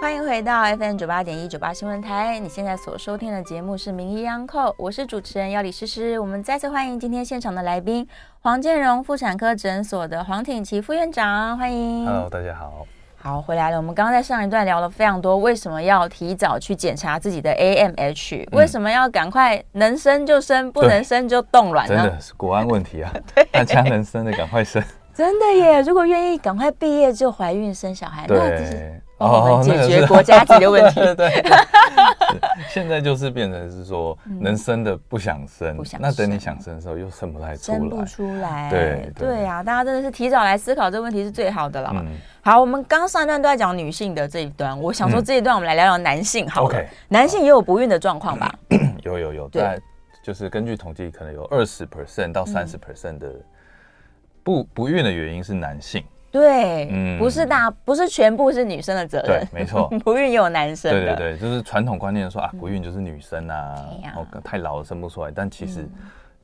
Speaker 1: 欢迎回到 FM 九八点一九八新闻台，你现在所收听的节目是《名医央叩》，我是主持人要李诗诗。我们再次欢迎今天现场的来宾黄建荣妇产科诊所的黄挺奇副院长，欢迎。
Speaker 2: Hello，大家好。
Speaker 1: 好，回来了。我们刚刚在上一段聊了非常多，为什么要提早去检查自己的 AMH？、为
Speaker 2: 嗯
Speaker 1: 什么要赶快能生就生，不能生就冻卵
Speaker 2: 真
Speaker 1: 呢？
Speaker 2: 的是国安 问题啊！大家能生的赶快生。
Speaker 1: 真的耶！如果愿意赶快毕业就怀孕生小孩， 那这是
Speaker 2: 对，哦
Speaker 1: 帮我们
Speaker 2: 那个
Speaker 1: 解决
Speaker 2: 是
Speaker 1: 国家级的问题
Speaker 2: 对 对对是现在就是变成是说，能生的不想生
Speaker 1: 嗯不想，
Speaker 2: 那等你
Speaker 1: 生
Speaker 2: 想生的时候又生不太出
Speaker 1: 生不
Speaker 2: 来。
Speaker 1: 出来。
Speaker 2: 对对
Speaker 1: 对啊，大家真的是提早来思考这个问题是最好的了。
Speaker 2: 嗯，
Speaker 1: 好，我们刚上一段都在讲女性的这一段，我想说
Speaker 2: 嗯
Speaker 1: 这一段我们来聊聊男性好了。
Speaker 2: OK 嗯
Speaker 1: 男性也有不孕的状况吧？
Speaker 2: 有有有，
Speaker 1: 对
Speaker 2: 在就是根据统计，可能有二十 percent 到
Speaker 1: 嗯
Speaker 2: 三十 percent 的不不孕的原因是男性。
Speaker 1: 对，
Speaker 2: 嗯
Speaker 1: 不是大，不是全部是女生的责任
Speaker 2: 对，，没错。
Speaker 1: 不孕也有男生
Speaker 2: 对
Speaker 1: 呃的。
Speaker 2: 对对，就是传统观念说啊，不孕就是女生啊
Speaker 1: 哎呀，嗯
Speaker 2: 哦，太老了生不出来。但其实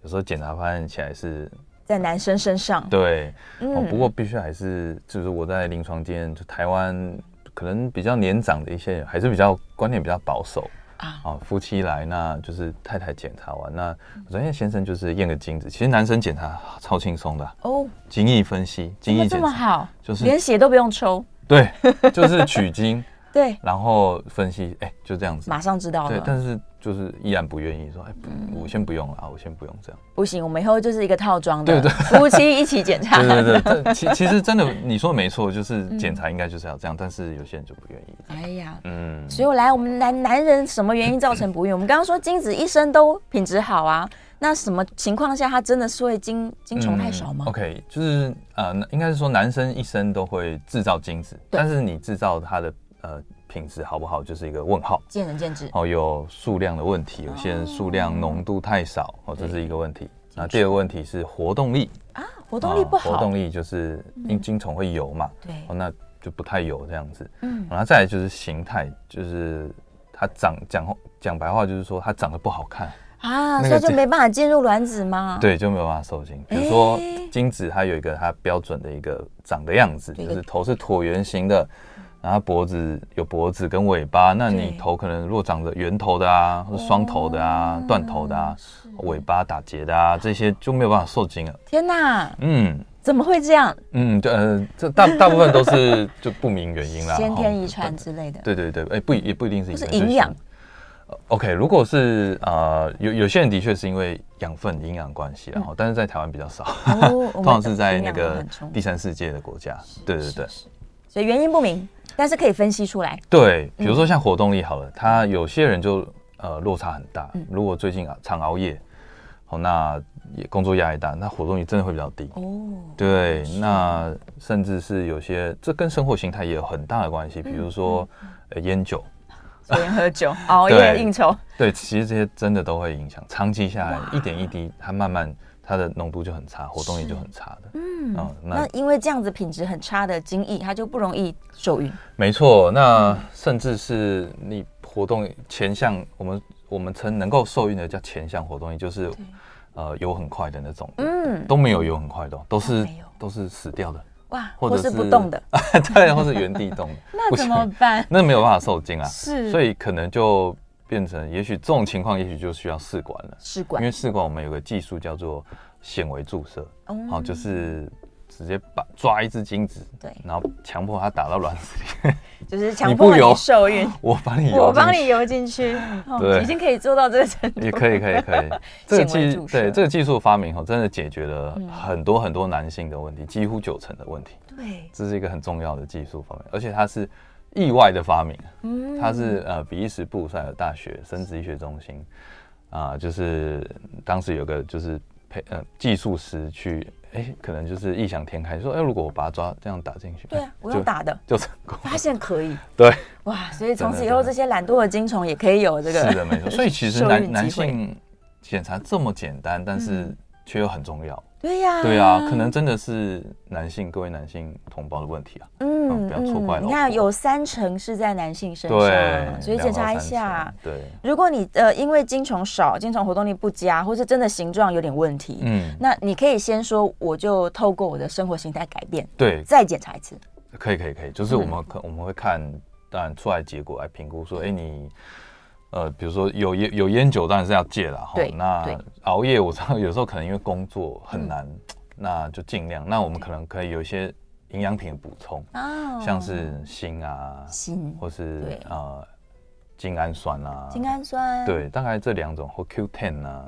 Speaker 2: 有时候检查发现起来是
Speaker 1: 在男生身上，
Speaker 2: 对，哦
Speaker 1: 嗯，
Speaker 2: 不过必须还是就是我在临床经验，就台湾可能比较年长的一些人还是比较观念比较保守
Speaker 1: 啊
Speaker 2: 啊。夫妻来，那就是太太检查完，那我说哎先生就是验个精子，其实男生检查超轻松的啊，
Speaker 1: 哦，
Speaker 2: 精液分析、
Speaker 1: 怎
Speaker 2: 精
Speaker 1: 么
Speaker 2: 液
Speaker 1: 这
Speaker 2: 检
Speaker 1: 么
Speaker 2: 查，
Speaker 1: 好，
Speaker 2: 就是
Speaker 1: 连血都不用抽，
Speaker 2: 对，就是取精，
Speaker 1: 对，
Speaker 2: 然后分析，哎，就这样子。
Speaker 1: 马上知道
Speaker 2: 对，
Speaker 1: 了。
Speaker 2: 但是就是依然不愿意说，哎，不
Speaker 1: 嗯
Speaker 2: 我先不用了啊，我先不用 这样。
Speaker 1: 不行，我们以后就是一个套装的，
Speaker 2: 对
Speaker 1: 夫妻一起检查。
Speaker 2: 对对对，这其其实真的你说的没错，就是
Speaker 1: 嗯
Speaker 2: 检查应该就是要这样，但是有些人就不愿意。
Speaker 1: 哎呀，
Speaker 2: 嗯，
Speaker 1: 只有来我们男男人什么原因造成不孕？我们刚刚说精子一生都品质好啊，那什么情况下它真的是会精精虫太少吗？
Speaker 2: o k 嗯就是呃，应该是说男生一生都会制造精子，
Speaker 1: 对
Speaker 2: 但是你制造它的呃品质好不好，就是一个问号。
Speaker 1: 见仁见智。
Speaker 2: 哦，有数量的问题，
Speaker 1: 哦
Speaker 2: 有些人数量浓度太少，哦，这是一个问题。那第二个问题是活动力，
Speaker 1: 活动力不
Speaker 2: 哦活
Speaker 1: 好，
Speaker 2: 动力就是因精虫会游嘛，
Speaker 1: 对
Speaker 2: 哦，那就不太有这样子。
Speaker 1: 嗯
Speaker 2: 嗯，然后再来就是形态，就是它长讲话讲白话就是说它长得不好看，
Speaker 1: 啊，
Speaker 2: 那
Speaker 1: 所
Speaker 2: 个
Speaker 1: 以就没办法进入卵子吗？
Speaker 2: 对，就没有办法受精。比如说
Speaker 1: 诶
Speaker 2: 精子，它有一个它标准的一个长的样子，
Speaker 1: 对
Speaker 2: 就是头是椭圆形的。然后它脖子有脖子跟尾巴，那
Speaker 1: 对
Speaker 2: 你头可能若长着圆头的啊，或者双头的啊
Speaker 1: 哦，
Speaker 2: 断头的啊，尾巴打结的啊，这些就没有办法受精了。
Speaker 1: 天哪，
Speaker 2: 嗯，
Speaker 1: 怎么会这样？
Speaker 2: 嗯，对，呃，这大大部分都 是就不明原因啦，
Speaker 1: 先
Speaker 2: 哦
Speaker 1: 天遗传。之类的。
Speaker 2: 对对对，哎，不也不一定是遗传
Speaker 1: 或是营养。
Speaker 2: 就是呃 OK，如果是呃有有些人的确是因为养分营养关系啦，然
Speaker 1: 嗯
Speaker 2: 后、但是在台湾比较少，
Speaker 1: 哦，我们
Speaker 2: 通常是在
Speaker 1: 营
Speaker 2: 那
Speaker 1: 养
Speaker 2: 个
Speaker 1: 很充
Speaker 2: 第
Speaker 1: 足
Speaker 2: 三世界的国家。对对对
Speaker 1: 是是所以原因不明，但是可以分析出来。
Speaker 2: 对，比如
Speaker 1: 嗯
Speaker 2: 说像活动力好了，他有些人就呃落差很大，
Speaker 1: 嗯
Speaker 2: 如果最近啊常熬夜，哦那也工作压力大，那活动力真的会比较低。
Speaker 1: 哦，
Speaker 2: 对，那甚至是有些，这跟生活形态也有很大的关系，比
Speaker 1: 嗯
Speaker 2: 如说、呃烟酒，
Speaker 1: 昨天喝 酒、熬
Speaker 2: 对
Speaker 1: 夜、应酬，
Speaker 2: 对，其实这些真的都会影响，长期下来一点一滴，它慢慢它的浓度就很差，活动力就很差的。嗯，啊、
Speaker 1: 那因为这样子品质很差的精益，它就不容易受孕。
Speaker 2: 没错，那甚至是你活动前项，我们我们称能够受孕的叫前项活动力，就是呃游很快的那种，
Speaker 1: 嗯，
Speaker 2: 都没有游很快的哦，都是
Speaker 1: 没有
Speaker 2: 都是死掉的，
Speaker 1: 哇，
Speaker 2: 或
Speaker 1: 或
Speaker 2: 者
Speaker 1: 是不动的，，
Speaker 2: 对，或是原地动的，
Speaker 1: 那
Speaker 2: 不
Speaker 1: 怎
Speaker 2: 行
Speaker 1: 么办？
Speaker 2: 那没有办法受精啊，
Speaker 1: 是，
Speaker 2: 所
Speaker 1: 以
Speaker 2: 以可能就变成，也许这种情况也许就需要试管了，
Speaker 1: 试
Speaker 2: 因
Speaker 1: 管
Speaker 2: 为试管我们有个技术叫做显微注射，
Speaker 1: 哦
Speaker 2: 好、就是直接把抓一只精子，
Speaker 1: 对
Speaker 2: 然后强迫它打到卵子里，
Speaker 1: 就是
Speaker 2: 你
Speaker 1: 强
Speaker 2: 不
Speaker 1: 迫
Speaker 2: 游
Speaker 1: 你受孕，
Speaker 2: 我帮你，
Speaker 1: 我帮你。游进去，哦
Speaker 2: 对
Speaker 1: 已经可以做到这个程度，
Speaker 2: 也可以，可 以，可以。这个
Speaker 1: 显微
Speaker 2: 技
Speaker 1: 注射
Speaker 2: 对这个技术发明后，真的解决了
Speaker 1: 嗯
Speaker 2: 很多很多男性的问题，几乎九成的问题。
Speaker 1: 对，
Speaker 2: 这是一个很重要的技术方面，而且它是意外的发明。
Speaker 1: 嗯
Speaker 2: 他是呃比利时布鲁塞尔大学生殖医学中心啊、就是呃当时有个就是培呃技术师去，哎、可能就是异想天开，说哎、如果我把它抓这样打进去，
Speaker 1: 对
Speaker 2: 哎
Speaker 1: 啊，我用打的，
Speaker 2: 就就成功，
Speaker 1: 发现可以，
Speaker 2: 对，
Speaker 1: 哇，所以从此
Speaker 2: 真
Speaker 1: 以
Speaker 2: 的
Speaker 1: 后
Speaker 2: 真
Speaker 1: 这
Speaker 2: 的
Speaker 1: 些懒惰的精虫也可以有这个，
Speaker 2: 是的，没错。所以其实
Speaker 1: 受
Speaker 2: 男
Speaker 1: 孕
Speaker 2: 男
Speaker 1: 机会
Speaker 2: 性检查这么简单，但是
Speaker 1: 嗯
Speaker 2: 却又很重要。
Speaker 1: 对呀、
Speaker 2: 对啊，可能真的是男性各位男性同胞的问题啊。
Speaker 1: 嗯
Speaker 2: 不要错怪
Speaker 1: 嗯，你
Speaker 2: 老
Speaker 1: 看
Speaker 2: 婆
Speaker 1: 有三成是在男性身
Speaker 2: 对，
Speaker 1: 上，啊所以
Speaker 2: 两
Speaker 1: 检
Speaker 2: 到
Speaker 1: 查一
Speaker 2: 三
Speaker 1: 下
Speaker 2: 成。。对，
Speaker 1: 如果你呃因为精虫少、精虫活动力不佳，或是真的形状有点问题，
Speaker 2: 嗯，
Speaker 1: 那你可以先说，我就透过我的生活形态改变，
Speaker 2: 对，
Speaker 1: 再检查一次。
Speaker 2: 可以可以可以，就是我
Speaker 1: 嗯
Speaker 2: 们可、我们会看，当然出来结果来评估说，哎、你呃，比如说有烟有烟酒当然是要戒了哈
Speaker 1: 对，
Speaker 2: 那
Speaker 1: 对
Speaker 2: 熬夜我知道有时候可能因为工作很
Speaker 1: 嗯
Speaker 2: 难，那就尽量。那我们可能可以有一些营养品的补充，
Speaker 1: 哦
Speaker 2: 像是锌啊，
Speaker 1: 锌、
Speaker 2: 或是
Speaker 1: 对
Speaker 2: 呃精氨酸啊，
Speaker 1: 精氨嗯酸，，
Speaker 2: 对，大概这两种或 Q10 啊，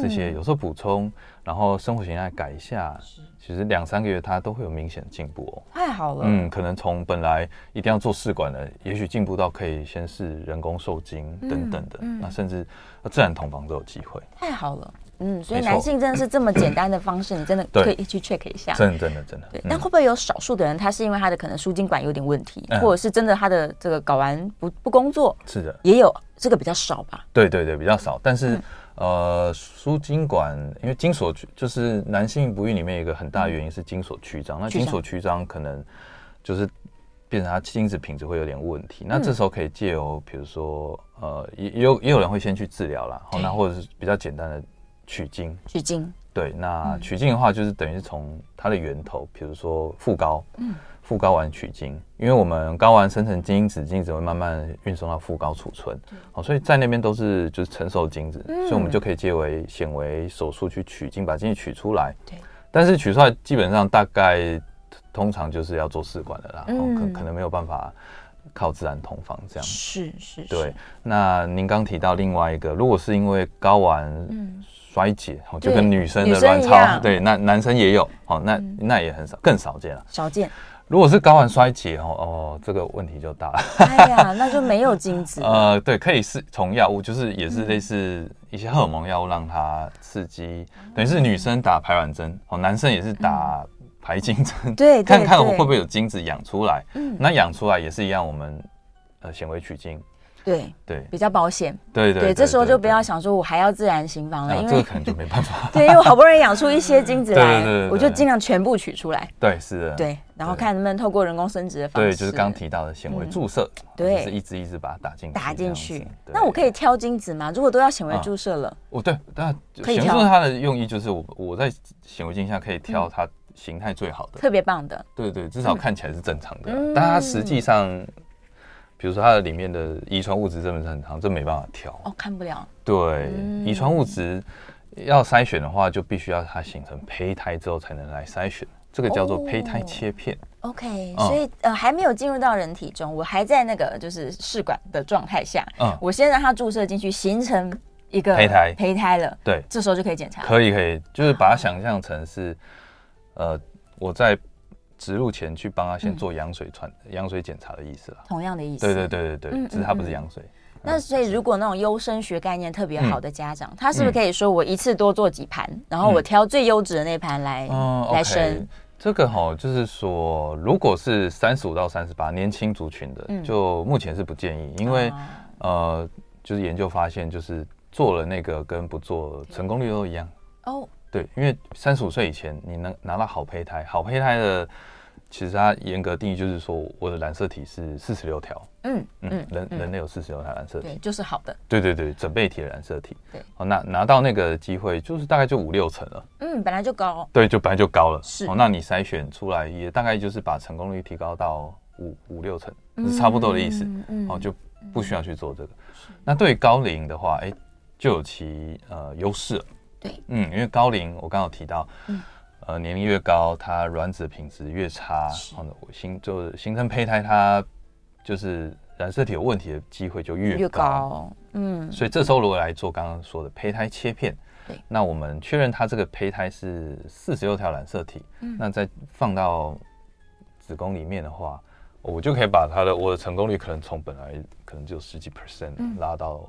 Speaker 2: 这些有时候补充，然后生活形态改一下，其实两三个月它都会有明显的进步哦。
Speaker 1: 太好了。
Speaker 2: 嗯，可能从本来一定要做试管的，也许进步到可以先试人工受精等等的，
Speaker 1: 嗯嗯啊
Speaker 2: 那甚至呃自然同房都有机会。
Speaker 1: 太好了，嗯，所以
Speaker 2: 没错
Speaker 1: 男性真的是这么简单的方式，你真的
Speaker 2: 对
Speaker 1: 可以去 check 一下。
Speaker 2: 真的，真的，真的。
Speaker 1: 对
Speaker 2: 嗯，
Speaker 1: 但会不会有少数的人，他是因为他的可能输精管有点问题，
Speaker 2: 嗯
Speaker 1: 或者是真的他的这个睾丸不不工作，
Speaker 2: 是的，
Speaker 1: 也有这个比较少吧？
Speaker 2: 对对对，比较少。但
Speaker 1: 嗯
Speaker 2: 是、呃，输精管因为精索曲就是男性不育里面有一个很大的原因是精索曲张，那
Speaker 1: 曲张
Speaker 2: 精索曲张可能就是。变成它精子品质会有点问题，那
Speaker 1: 嗯
Speaker 2: 这时候可以借由，比如说，呃，也也有也有人会先去治疗啦，哦
Speaker 1: 对
Speaker 2: 那或者是比较简单的取精，
Speaker 1: 取精，
Speaker 2: 对，那
Speaker 1: 嗯
Speaker 2: 取精的话，就是等于是从它的源头，比如说副睾，
Speaker 1: 嗯
Speaker 2: 嗯，副睾丸取精，因为我们睾丸生成精子，精子会慢慢运送到副睾储存，哦，所以在那边都是就是成熟精子，
Speaker 1: 嗯
Speaker 2: 所以我们就可以借为显微手术去取精，把精子取出来。
Speaker 1: 对，
Speaker 2: 但是取出来基本上大概通常就是要做试管的啦，哦，
Speaker 1: 嗯
Speaker 2: 可可能没有办法靠自然同房这样。
Speaker 1: 是是
Speaker 2: 对
Speaker 1: 是，，
Speaker 2: 那您刚提到另外一个，如果是因为睾丸
Speaker 1: 嗯，
Speaker 2: 衰竭，哦，就
Speaker 1: 对
Speaker 2: 跟女生
Speaker 1: 女
Speaker 2: 的
Speaker 1: 生
Speaker 2: 卵
Speaker 1: 一样嗯
Speaker 2: 巢，对，那男生也有，哦，那、那也很少，更少见了。
Speaker 1: 少 见。
Speaker 2: 如果是睾丸衰竭，哦哦，这个问题就大了。
Speaker 1: 哎呀，那就没有精子了。
Speaker 2: 呃，对，可以是从药物，就是也是类似一些荷尔蒙药物让它刺激，
Speaker 1: 嗯
Speaker 2: 等于是女生打排卵针，哦，男生也是打排精针，
Speaker 1: 对对
Speaker 2: 看看我
Speaker 1: 对
Speaker 2: 会不会有精子养出来。
Speaker 1: 嗯，
Speaker 2: 那养出来也是一样，我们呃显微取精，
Speaker 1: 对，
Speaker 2: 对
Speaker 1: 比较保险。
Speaker 2: 对对
Speaker 1: 对，这时候就不要
Speaker 2: 想
Speaker 1: 想说我还要自然行房了，
Speaker 2: 啊
Speaker 1: 因，
Speaker 2: 这个
Speaker 1: 为
Speaker 2: 可能就没办法。
Speaker 1: 对，因为我好不容易养出一些精子
Speaker 2: 对对对
Speaker 1: 来，
Speaker 2: 对
Speaker 1: 我就尽量全部取出来。
Speaker 2: 对，是的，
Speaker 1: 对，然后
Speaker 2: 对
Speaker 1: 看能不能透过人工生殖的方式，
Speaker 2: 对，就是刚提到的显微
Speaker 1: 嗯
Speaker 2: 注射，
Speaker 1: 对
Speaker 2: 就是一支一支把它打进去
Speaker 1: 打进
Speaker 2: 这
Speaker 1: 去
Speaker 2: 样子。对
Speaker 1: 那我可以挑精子吗？如果都要显微注射了，
Speaker 2: 哦，对，那
Speaker 1: 可以
Speaker 2: 显微
Speaker 1: 挑
Speaker 2: 注射它的用意就是我我在显微镜下可以
Speaker 1: 嗯
Speaker 2: 挑它形态最好的，
Speaker 1: 特别棒的，
Speaker 2: 对对，至少看起来是正常的啊，
Speaker 1: 嗯
Speaker 2: 但它实际上，比如说它的里面的遗传物质正不正常，这没办法挑。
Speaker 1: 哦，看不了，
Speaker 2: 对，
Speaker 1: 嗯
Speaker 2: 遗传物质要筛选的话，就必须要它形成胚胎之后才能来筛选，这个叫做胚胎切片。
Speaker 1: OK，、
Speaker 2: 嗯
Speaker 1: 所以呃还没有进入到人体中，我还在那个就是试管的状态下，
Speaker 2: 嗯
Speaker 1: 我先让它注射进去，形成一个
Speaker 2: 胚胎
Speaker 1: 胚胎了，
Speaker 2: 对，
Speaker 1: 这时候就可以检查。
Speaker 2: 可以可以，就是把它想象成是，呃，我在植入前去帮他先做羊水穿羊水检查的意思啦。
Speaker 1: 同样的意思。
Speaker 2: 对对。对对
Speaker 1: 嗯
Speaker 2: 对，只是它
Speaker 1: 嗯
Speaker 2: 不是
Speaker 1: 嗯
Speaker 2: 羊水。
Speaker 1: 那所以如果那种优生学概念特别好的家长，他是不是可以说我一次多做几盘，然后我挑最优质的那盘来、
Speaker 2: 嗯
Speaker 1: 来
Speaker 2: ，OK
Speaker 1: 生？。
Speaker 2: 这个哈、就是说，如果是三十五到三十八年轻族群的，
Speaker 1: 嗯
Speaker 2: 就目前是不建议，因为、
Speaker 1: 啊
Speaker 2: 呃，就是研究发现，就是做了那个跟不做成功率都一样。
Speaker 1: 哦，
Speaker 2: 对，因为三十五岁以前你能拿到好胚胎，好胚胎的其实它严格定义就是说我的染色体是四十六条，
Speaker 1: 嗯
Speaker 2: 嗯
Speaker 1: 嗯，，
Speaker 2: 人人类有四十六条染色体，
Speaker 1: 对，就是好的，
Speaker 2: 对对对，整倍体的染色体。
Speaker 1: 对，
Speaker 2: 哦，那拿到那个机会就是大概就五六成了，
Speaker 1: 嗯，本来就高，
Speaker 2: 对，就本来就高了。
Speaker 1: 是
Speaker 2: 哦，那你筛选出来也大概就是把成功率提高到五五六成，是差不多的意思。
Speaker 1: 嗯
Speaker 2: 哦，就不需要去做这个。那对于高龄的话，哎、就有其呃优势了。
Speaker 1: 对，嗯
Speaker 2: 嗯，因为高龄我刚刚有提到，呃，年龄越高，它卵子品质越差，
Speaker 1: 是
Speaker 2: 哦，新就是新生胚胎它就是染色体有问题的机会就
Speaker 1: 越高，嗯，
Speaker 2: 所以这时候如果来做刚刚说的胚胎切片
Speaker 1: 对，
Speaker 2: 那我们确认它这个胚胎是四十六条染色体，
Speaker 1: 嗯
Speaker 2: 那再放到子宫里面的话，我就可以把它的我的成功率可能从本来可能只有十几 percent
Speaker 1: 嗯
Speaker 2: 拉到，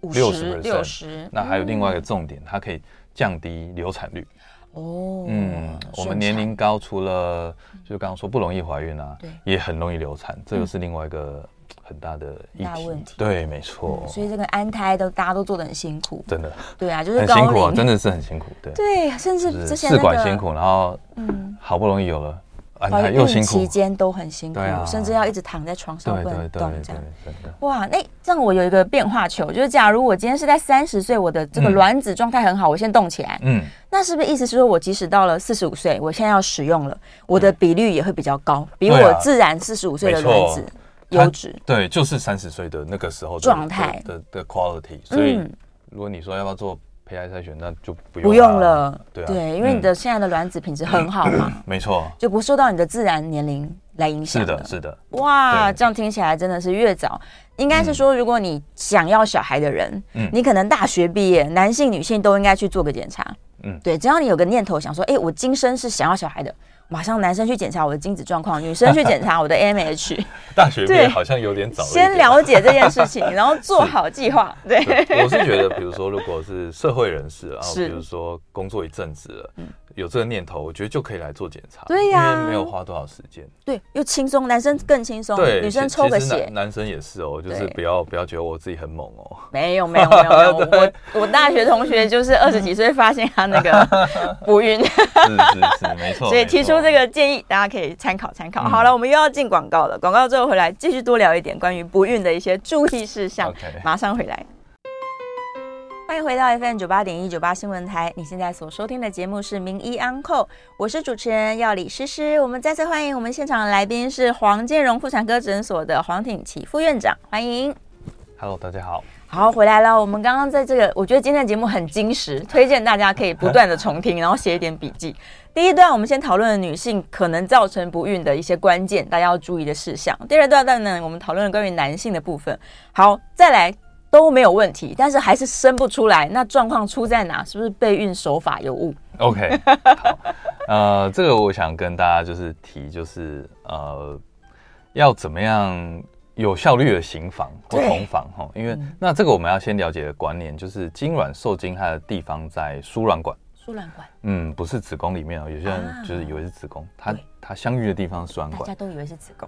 Speaker 1: 五十
Speaker 2: 60%
Speaker 1: 六十，
Speaker 2: 那还有另外一个重点，它可以降低流产率。
Speaker 1: 哦，
Speaker 2: 嗯，我们年龄高，除了就刚刚说不容易怀孕啊
Speaker 1: 对，嗯
Speaker 2: 也很容易流产，这又是另外一个很大的议
Speaker 1: 大问
Speaker 2: 题
Speaker 1: 题。
Speaker 2: 对，没
Speaker 1: 顺
Speaker 2: 错
Speaker 1: 产，所以这个安胎都大家都做的很辛 苦，
Speaker 2: 真的
Speaker 1: 对啊，就是
Speaker 2: 很
Speaker 1: 高
Speaker 2: 辛
Speaker 1: 龄，
Speaker 2: 苦啊，真的是很辛苦。对。
Speaker 1: 对，啊甚至
Speaker 2: 就是
Speaker 1: 之前
Speaker 2: 试
Speaker 1: 那个
Speaker 2: 管辛苦，然后
Speaker 1: 嗯
Speaker 2: 好不容易有了，安
Speaker 1: 怀
Speaker 2: 胎又辛
Speaker 1: 孕
Speaker 2: 苦
Speaker 1: 期，间都很辛苦
Speaker 2: 对，啊
Speaker 1: 甚至要一直躺在床上
Speaker 2: 对
Speaker 1: 不
Speaker 2: 对
Speaker 1: 能
Speaker 2: 对
Speaker 1: 动
Speaker 2: 对，
Speaker 1: 这样。
Speaker 2: 真的
Speaker 1: 哇，那这样我有一个变化球，就是假如我今天是在三十岁，我的这个
Speaker 2: 嗯
Speaker 1: 卵子状态很好，我先动起来，
Speaker 2: 嗯，
Speaker 1: 那是不是意思是说我即使到了四十五岁，我现在要使用了，我的比率也会比较高，比
Speaker 2: 对
Speaker 1: 我
Speaker 2: 啊
Speaker 1: 自然四十五岁的
Speaker 2: 没错
Speaker 1: 卵子
Speaker 2: 它
Speaker 1: 优质。
Speaker 2: 对，就是三十岁的那个时候的
Speaker 1: 状态
Speaker 2: 的的的 quality，所以
Speaker 1: 嗯
Speaker 2: 如果你说要不要做胚胎筛选，那就不用
Speaker 1: 不用了，
Speaker 2: 对啊，
Speaker 1: 因为你的
Speaker 2: 嗯
Speaker 1: 现在的卵子品质很好嘛，
Speaker 2: 没错，
Speaker 1: 就不受到你的自然年龄来影响
Speaker 2: 是
Speaker 1: 了
Speaker 2: 的，。是的，
Speaker 1: 哇，
Speaker 2: 对
Speaker 1: 这样听起来真的是越早，应该是说，如果你想要小孩的人，
Speaker 2: 嗯
Speaker 1: 你可能大学毕业，男性、女性都应该去做个检查。
Speaker 2: 嗯
Speaker 1: 对，只要你有个念头想说，哎、我今生是想要小孩的，马上男生去检查我的精子状况，女生去检 查我的 AMH，
Speaker 2: 大学毕
Speaker 1: 对
Speaker 2: 业好像有点早，
Speaker 1: 先。了解这件事情，然后做好计划。对，
Speaker 2: 对我是觉得，比如说，如果是社会人士，然后比
Speaker 1: 是嗯
Speaker 2: 如说工作一阵子了，有这个念头，我觉得就可以来做检查，
Speaker 1: 对呀
Speaker 2: 因为没有花多少时间。
Speaker 1: 对，又轻松，男生更轻松，
Speaker 2: 对，
Speaker 1: 哦女生
Speaker 2: 其
Speaker 1: 抽个
Speaker 2: 其实
Speaker 1: 血
Speaker 2: 男，男生也是哦，就是
Speaker 1: 对
Speaker 2: 不要不要觉得我自己很猛哦。
Speaker 1: 没有没有没有没有，我我大学同学就是二十几岁发现他那个 不孕。
Speaker 2: 是是是，没错。
Speaker 1: 所以
Speaker 2: 没错
Speaker 1: 提出这，个建议，大家可以参考参考。
Speaker 2: 嗯
Speaker 1: 好了，我们又要进广告了，广告之后回来继续多聊一点关于不孕的一些注意事项。
Speaker 2: OK
Speaker 1: 马上回来。欢迎回到 FM 九八点一九八新闻台，你现在所收听的节目是《名医安扣》，我是主持人要李诗诗。我们再次欢迎我们现场的来宾是黄建荣妇产科诊所的黄挺奇副院长，欢迎。
Speaker 2: Hello，大家好。
Speaker 1: 好，回来了。我们刚刚在这个，我觉得今天的节目很精实，推荐大家可以不断的重听，然后写一点笔记。第一段我们先讨论了女性可能造成不孕的一些关键，大家要注意的事项。第二段呢，我们讨论了关于男性的部分。好，再来都没有问题，但是还是生不出来，那状况出在哪？是不是备孕手法有误？
Speaker 2: OK，好，呃，这个我想跟大家就是提，就是呃，要怎么样有效率的行房或
Speaker 1: 对嗯
Speaker 2: 同房哈，因为、那这个我们要先了解的观念就是精卵受精它的地方在输卵管。
Speaker 1: 输卵管，
Speaker 2: 嗯，不是子宫里面哦，有些
Speaker 1: 啊
Speaker 2: 人就是以为是子宫，它
Speaker 1: 对
Speaker 2: 它相遇的地方是输卵
Speaker 1: 大
Speaker 2: 管
Speaker 1: 家，都以为是子宫。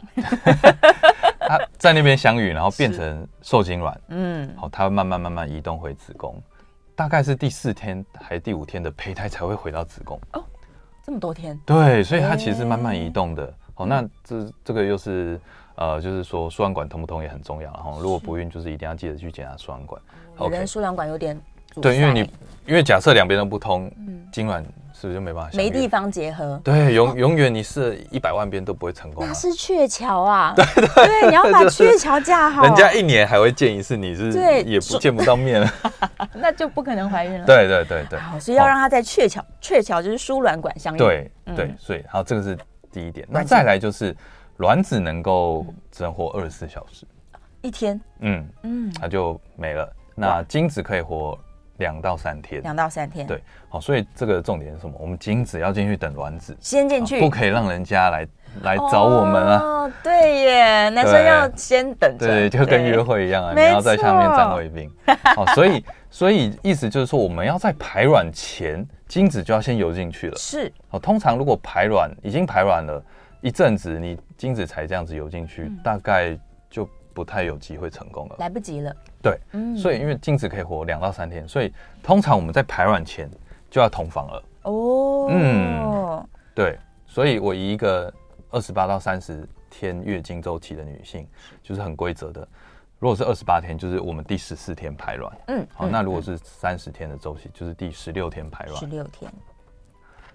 Speaker 2: 它在那边相遇，然后变成受精卵，
Speaker 1: 嗯，
Speaker 2: 好，它慢慢慢慢移动回子宫，大概是第四天还是第五天的胚胎才会回到子宫。
Speaker 1: 这么多天，
Speaker 2: 对，所以它其实是慢慢
Speaker 1: 诶
Speaker 2: 移动
Speaker 1: 嗯
Speaker 2: 的。好，那这这个又是呃，就是说输卵管通不通也很重要。然啊后如果不孕，就是一定要记得去检查输卵管。
Speaker 1: 有
Speaker 2: OK，
Speaker 1: 人输卵管有点阻
Speaker 2: 对，因为你
Speaker 1: 塞
Speaker 2: 因为假设两边都不通，精卵是不是就没办法？
Speaker 1: 嗯没地。方结合。
Speaker 2: 对，永永远你试一百万遍都不会成功、啊
Speaker 1: 那。是鹊桥 啊，对对你要把
Speaker 2: 就是
Speaker 1: 鹊桥架好，啊
Speaker 2: 人家一年还会见一次，你是
Speaker 1: 对
Speaker 2: 也
Speaker 1: 说
Speaker 2: 不见不到面 了。
Speaker 1: 那就不可能怀孕了。
Speaker 2: 对对对对
Speaker 1: 好，所以要让它在鹊桥，鹊桥就是输卵管相遇。，
Speaker 2: 对
Speaker 1: 嗯
Speaker 2: 对，所以好，这个是第一点。那
Speaker 1: 卵子
Speaker 2: 再来就是卵子能够只能活二十四小时。
Speaker 1: 一天，
Speaker 2: 嗯，
Speaker 1: 嗯，
Speaker 2: 它就没了。那精子可以活两到三天，
Speaker 1: 两到三天，，
Speaker 2: 对，好，所以这个重点是什么？我们精子要进去等卵子，啊
Speaker 1: 先进去，
Speaker 2: 哦不可以让人家来来找我们啊。
Speaker 1: 哦，对耶，男生
Speaker 2: 对
Speaker 1: 要先等着，
Speaker 2: 对，就跟约会一样啊，你
Speaker 1: 没
Speaker 2: 要在下面
Speaker 1: 错
Speaker 2: 占卫兵。好，所以所以意思就是说，我们要在排卵前，精子就要先游进去了
Speaker 1: 对。是
Speaker 2: 好，哦通常如果排卵已经排卵了一阵子，你精子才这样子游进
Speaker 1: 嗯
Speaker 2: 去，大概就不太有机会成功了。
Speaker 1: 来不及了，
Speaker 2: 对，
Speaker 1: 嗯
Speaker 2: 所以因为精子可以活两到三天，所以通常我们在排卵前就要同房了。
Speaker 1: 哦，
Speaker 2: 嗯对，所以我以一个二十八到三十天月经周期的女性，就是很规则的。如果是二十八天，就是我们第十四天排卵。
Speaker 1: 嗯，
Speaker 2: 好，那如果是三十天的周期，就是第十六天排
Speaker 1: 十
Speaker 2: 卵。
Speaker 1: 六天，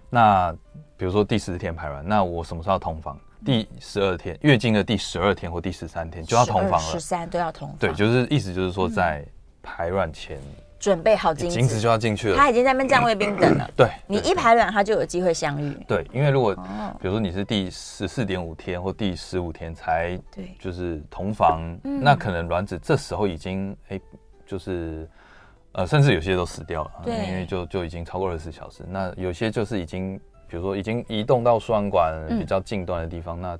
Speaker 2: 那比如说第十天排卵，那我什么时候要同房？
Speaker 1: 嗯
Speaker 2: 第十二天月经的第十二天或第十三天就要同房了
Speaker 1: 十。三嗯都要同房，
Speaker 2: 对，就是意思就是说，在排卵前，
Speaker 1: 准备好精
Speaker 2: 精子
Speaker 1: 子，
Speaker 2: 就要进去了。
Speaker 1: 他已经在那边站卫兵等了。
Speaker 2: 对，
Speaker 1: 你
Speaker 2: 对
Speaker 1: 一排卵，他就有机会相遇。
Speaker 2: 对，因为如果
Speaker 1: 哦
Speaker 2: 比如说你是第十四点五天或第十五天才
Speaker 1: 对，
Speaker 2: 就是同房，
Speaker 1: 嗯
Speaker 2: 那可能卵子这时候已经哎、就是呃，甚至有些都死掉了，啊
Speaker 1: 对
Speaker 2: 因为就就已经超过二十四小时。那有些就是已经，比如说已经移动到输卵管
Speaker 1: 嗯
Speaker 2: 比较近端的地方，那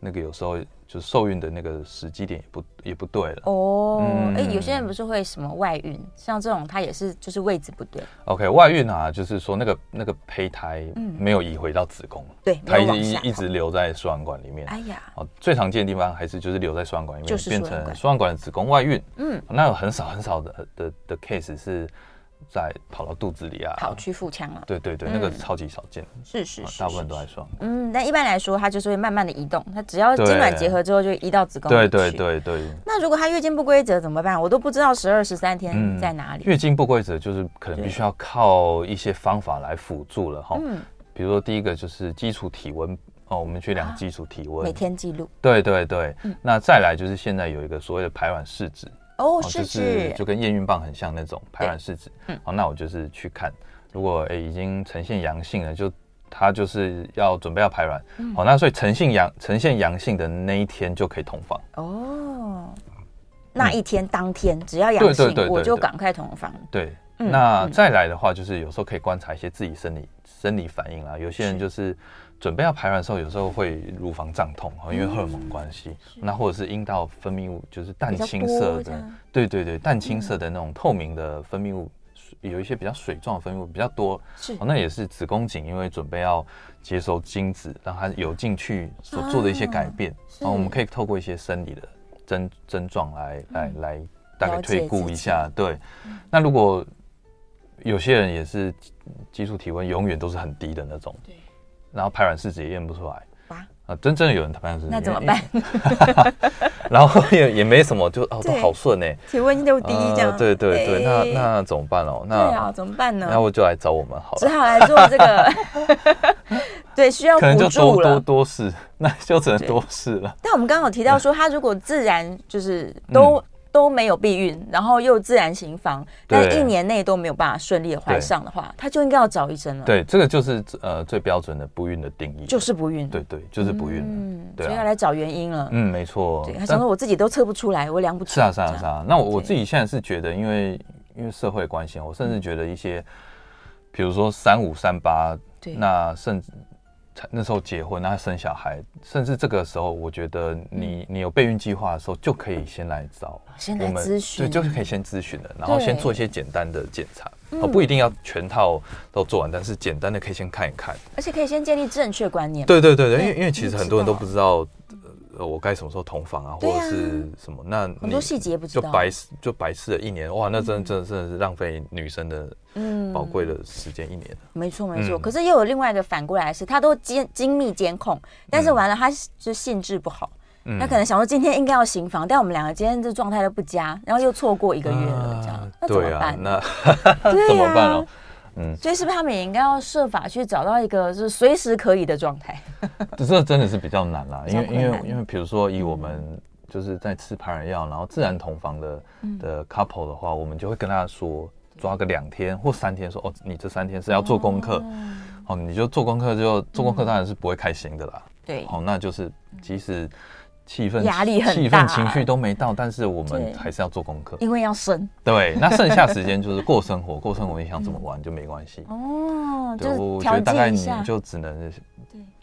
Speaker 2: 那个有时候就受孕的那个时机点也不也不对了。
Speaker 1: 哦，
Speaker 2: 嗯
Speaker 1: 哎，有些人不是会什么外孕，像这种他也是就是位置不对，
Speaker 2: OK，外孕啊，就是说那个那个胚胎
Speaker 1: 嗯
Speaker 2: 没有移回到子宫，
Speaker 1: 对，
Speaker 2: 它
Speaker 1: 没有
Speaker 2: 一
Speaker 1: 往
Speaker 2: 一
Speaker 1: 下
Speaker 2: 一直留在输卵管里面。
Speaker 1: 哎呀，
Speaker 2: 哦，最常见的地方还是就是留在输卵管里面，
Speaker 1: 就是
Speaker 2: 变
Speaker 1: 输卵
Speaker 2: 成
Speaker 1: 管
Speaker 2: 输卵管的子宫外孕。
Speaker 1: 嗯，
Speaker 2: 那有很少很少的的的 case 是在跑到肚子里啊，
Speaker 1: 跑去腹腔了，
Speaker 2: 对对对，
Speaker 1: 嗯
Speaker 2: 那个超级少见，
Speaker 1: 是是
Speaker 2: 啊
Speaker 1: 是，
Speaker 2: 大部分
Speaker 1: 是
Speaker 2: 都在
Speaker 1: 是
Speaker 2: 输卵管。
Speaker 1: 嗯，但一般来说，它就是会慢慢的移动，它只要
Speaker 2: 对
Speaker 1: 精卵结合之后就移到子宫
Speaker 2: 对
Speaker 1: 里
Speaker 2: 对
Speaker 1: 去。
Speaker 2: 对对，
Speaker 1: 那如果它月经不规则怎么办？我都不知道十二十三天在哪 里。
Speaker 2: 月经不规则就是可能必须要靠一些方法来辅助了哈，
Speaker 1: 嗯，
Speaker 2: 比如说第一个就是基础体温哦，我们去量基础体
Speaker 1: 啊
Speaker 2: 温，
Speaker 1: 每天嗯记录
Speaker 2: 对对对，那再来就是现在有一个所谓的排卵试纸，
Speaker 1: 哦，
Speaker 2: 哦，就是是
Speaker 1: 指
Speaker 2: 就跟验孕棒很像那种排卵试纸。哦
Speaker 1: 嗯
Speaker 2: 好，那我就是去看，如果诶、已经呈现阳性了，就它就是要准备要排卵。
Speaker 1: 嗯
Speaker 2: 好，那所以呈现阳呈现阳性的那一天就可以同房。
Speaker 1: 哦，那一天当天只要阳
Speaker 2: 嗯对对
Speaker 1: 性
Speaker 2: 对，对
Speaker 1: 我就
Speaker 2: 对
Speaker 1: 赶快同房。
Speaker 2: 对，
Speaker 1: 嗯
Speaker 2: 那
Speaker 1: 嗯
Speaker 2: 再来的话，就是有时候可以观察一些自己生理生理反应啦。有些人就是准备要排卵的时候，有时候会乳房胀痛，哦因为荷尔蒙关系。那或者是阴道分泌物，就是淡
Speaker 1: 嗯比较
Speaker 2: 青
Speaker 1: 多
Speaker 2: 色
Speaker 1: 这
Speaker 2: 的
Speaker 1: 样，
Speaker 2: 对对对，淡青
Speaker 1: 嗯
Speaker 2: 色的那种透明的分泌物，有一些比较水状的分泌物比较多。
Speaker 1: 是
Speaker 2: 哦，那也是子宫颈因为准备要接收精子，让它游进去所做的一些改变。
Speaker 1: 哦
Speaker 2: 哦
Speaker 1: 是
Speaker 2: 然后我们可以透过一些生理的症症状来来来大概
Speaker 1: 嗯了解
Speaker 2: 推估
Speaker 1: 自
Speaker 2: 一
Speaker 1: 己嗯
Speaker 2: 下。对，那如果有些人也是基础体温永远都是很低的那种，对，然后排卵试纸也验不出来。
Speaker 1: 哇
Speaker 2: 啊，真正有人排卵试纸，
Speaker 1: 那怎么
Speaker 2: 因为
Speaker 1: 办？？
Speaker 2: 然后也也没什么，就哦都
Speaker 1: 对
Speaker 2: 好顺哎，
Speaker 1: 体温就低这样。
Speaker 2: 啊对对对，那
Speaker 1: 哎
Speaker 2: 那怎么办哦？
Speaker 1: 对啊，
Speaker 2: 那
Speaker 1: 怎么办呢
Speaker 2: 那？我就来找我们好了
Speaker 1: 只。好来做这个， 对，需要
Speaker 2: 可能
Speaker 1: 辅
Speaker 2: 就
Speaker 1: 助
Speaker 2: 多
Speaker 1: 了嗯
Speaker 2: 多。多试，那就只能多试了。
Speaker 1: 但我们刚刚有提到说，她如果自然就是都、都没有避孕，然后又自然行房，
Speaker 2: 嗯对
Speaker 1: 但一年内都没有办法顺利的怀上的话，她就应该要找医生了。，
Speaker 2: 对，这个就是呃最标准的不孕的定义，
Speaker 1: 就是不孕，
Speaker 2: 对对，就是不孕了。
Speaker 1: 嗯，
Speaker 2: 对啊
Speaker 1: 所以要来找原因了。
Speaker 2: 嗯，没错
Speaker 1: 对，。她想
Speaker 2: 但
Speaker 1: 说我自己都测不出来，我量不出。
Speaker 2: 是啊是啊
Speaker 1: 这
Speaker 2: 是
Speaker 1: 样。
Speaker 2: 啊。那我我
Speaker 1: 对
Speaker 2: 自己现在是觉得，因为因为社会关系，哦我甚至觉得一些，比如说三五三八，
Speaker 1: 对，
Speaker 2: 那甚至。那时候结婚，那生小孩，甚至这个时候，我觉得
Speaker 1: 嗯
Speaker 2: 你你有备孕计划的时候，就可以先来找
Speaker 1: 先
Speaker 2: 我
Speaker 1: 来
Speaker 2: 们
Speaker 1: 咨询，
Speaker 2: 对，就是可以先咨询的，然后
Speaker 1: 对嗯
Speaker 2: 先做一些简单的检查，哦，不一定要全套都做完，但是简单的可以先看一看。
Speaker 1: 而且可以先建立正确观念。
Speaker 2: 对对对对，
Speaker 1: 对
Speaker 2: 因为因为其
Speaker 1: 你
Speaker 2: 实
Speaker 1: 知
Speaker 2: 很多人都
Speaker 1: 道
Speaker 2: 不知道，呃，我该什么时候同房啊，或
Speaker 1: 对啊
Speaker 2: 者是什么，那
Speaker 1: 很
Speaker 2: 你
Speaker 1: 多细节不知
Speaker 2: 就
Speaker 1: 道
Speaker 2: 白试就白试了一年，哇，那真的真的真的是浪费女生的
Speaker 1: 嗯
Speaker 2: 宝贵的时间一年。
Speaker 1: 没错没错，
Speaker 2: 嗯
Speaker 1: 可是又有另外一个反过来是，他都监精密监控，但是完了他就兴致不好，
Speaker 2: 嗯
Speaker 1: 他可能想说今天应该要行房，但我们两个今天这状态都不佳，然后又错过一个月了，这样、
Speaker 2: 啊
Speaker 1: 那怎
Speaker 2: 对
Speaker 1: 么
Speaker 2: 啊，
Speaker 1: 办？
Speaker 2: 那
Speaker 1: 对啊
Speaker 2: 怎么办哦？
Speaker 1: 所以是不是他们也应该要设法去找到一个就是随时可以的状态？
Speaker 2: 这真的是比较难啦，
Speaker 1: 比
Speaker 2: 因
Speaker 1: 较
Speaker 2: 为因
Speaker 1: 困
Speaker 2: 为
Speaker 1: 难嗯
Speaker 2: 因为比如说以我们就是在吃排卵药，然后自然同房的
Speaker 1: 嗯
Speaker 2: 的 couple 的话，我们就会跟他说抓个两天或三天，说哦，你这三天是要做功课，哦，你就做功课就做功课，当然是不会开心的啦。
Speaker 1: 嗯对，嗯
Speaker 2: 哦，那就是即使气氛
Speaker 1: 压力很
Speaker 2: 气
Speaker 1: 大
Speaker 2: 氛情绪都没到，但是我
Speaker 1: 对
Speaker 2: 们还是要做功课。
Speaker 1: 因为要生
Speaker 2: 对，那剩下时间就是过生活，过
Speaker 1: 嗯
Speaker 2: 生活你想怎么玩就没关系。
Speaker 1: 哦，
Speaker 2: 对，我
Speaker 1: 就
Speaker 2: 我
Speaker 1: 是
Speaker 2: 觉
Speaker 1: 调
Speaker 2: 得大概
Speaker 1: 剂一
Speaker 2: 你
Speaker 1: 下，
Speaker 2: 就只能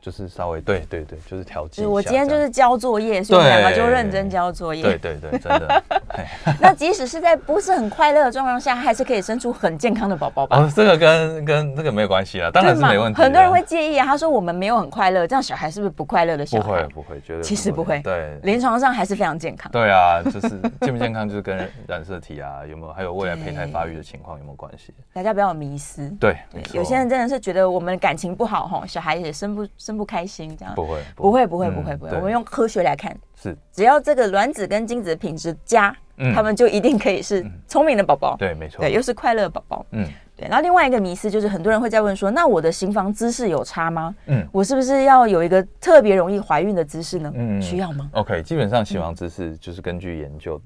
Speaker 2: 就是稍微对对对，就是调剂一下这样。
Speaker 1: 我今天就是交作业，所以我们两个就
Speaker 2: 对
Speaker 1: 认真交作业。
Speaker 2: 对对对，真的。嘿
Speaker 1: 那即使是在不是很快乐的状况下，还是可以生出很健康的宝宝吧？
Speaker 2: 哦，这个跟跟这个没有关系啦，当然
Speaker 1: 对
Speaker 2: 是
Speaker 1: 嘛
Speaker 2: 没问题的。
Speaker 1: 很多人会介意啊，他说我们没有很快乐，这样小孩是不是不快乐的小
Speaker 2: 不
Speaker 1: 孩？
Speaker 2: 会不会，绝对
Speaker 1: 啊其实不会
Speaker 2: 对，
Speaker 1: 临床上还是非常健康。
Speaker 2: 对啊，就是健不健康就是跟染色体啊有没有，还有未来胚胎发育的情况有没有关系？
Speaker 1: 大家不要有迷思。
Speaker 2: 对，
Speaker 1: 对
Speaker 2: 没错
Speaker 1: 有些人真的是觉得我们感情不好，吼，小孩也生不生不开心，这样
Speaker 2: 不会
Speaker 1: 不会不会
Speaker 2: 嗯
Speaker 1: 不会不会，
Speaker 2: 对
Speaker 1: 我们用科学来看，
Speaker 2: 是
Speaker 1: 只要这个卵子跟精子的品质佳，
Speaker 2: 嗯
Speaker 1: 他们就一定可以是聪明的宝宝，
Speaker 2: 对，没错，
Speaker 1: 对，又是快乐的宝宝。
Speaker 2: 嗯
Speaker 1: 对，然后另外一个迷思就是，很多人会在问说，那我的行房姿势有差吗？
Speaker 2: 嗯
Speaker 1: 我是不是要有一个特别容易怀孕的姿势呢？
Speaker 2: 嗯
Speaker 1: 需要吗？
Speaker 2: OK，基本上
Speaker 1: 嗯
Speaker 2: 起床姿势就是根据研究，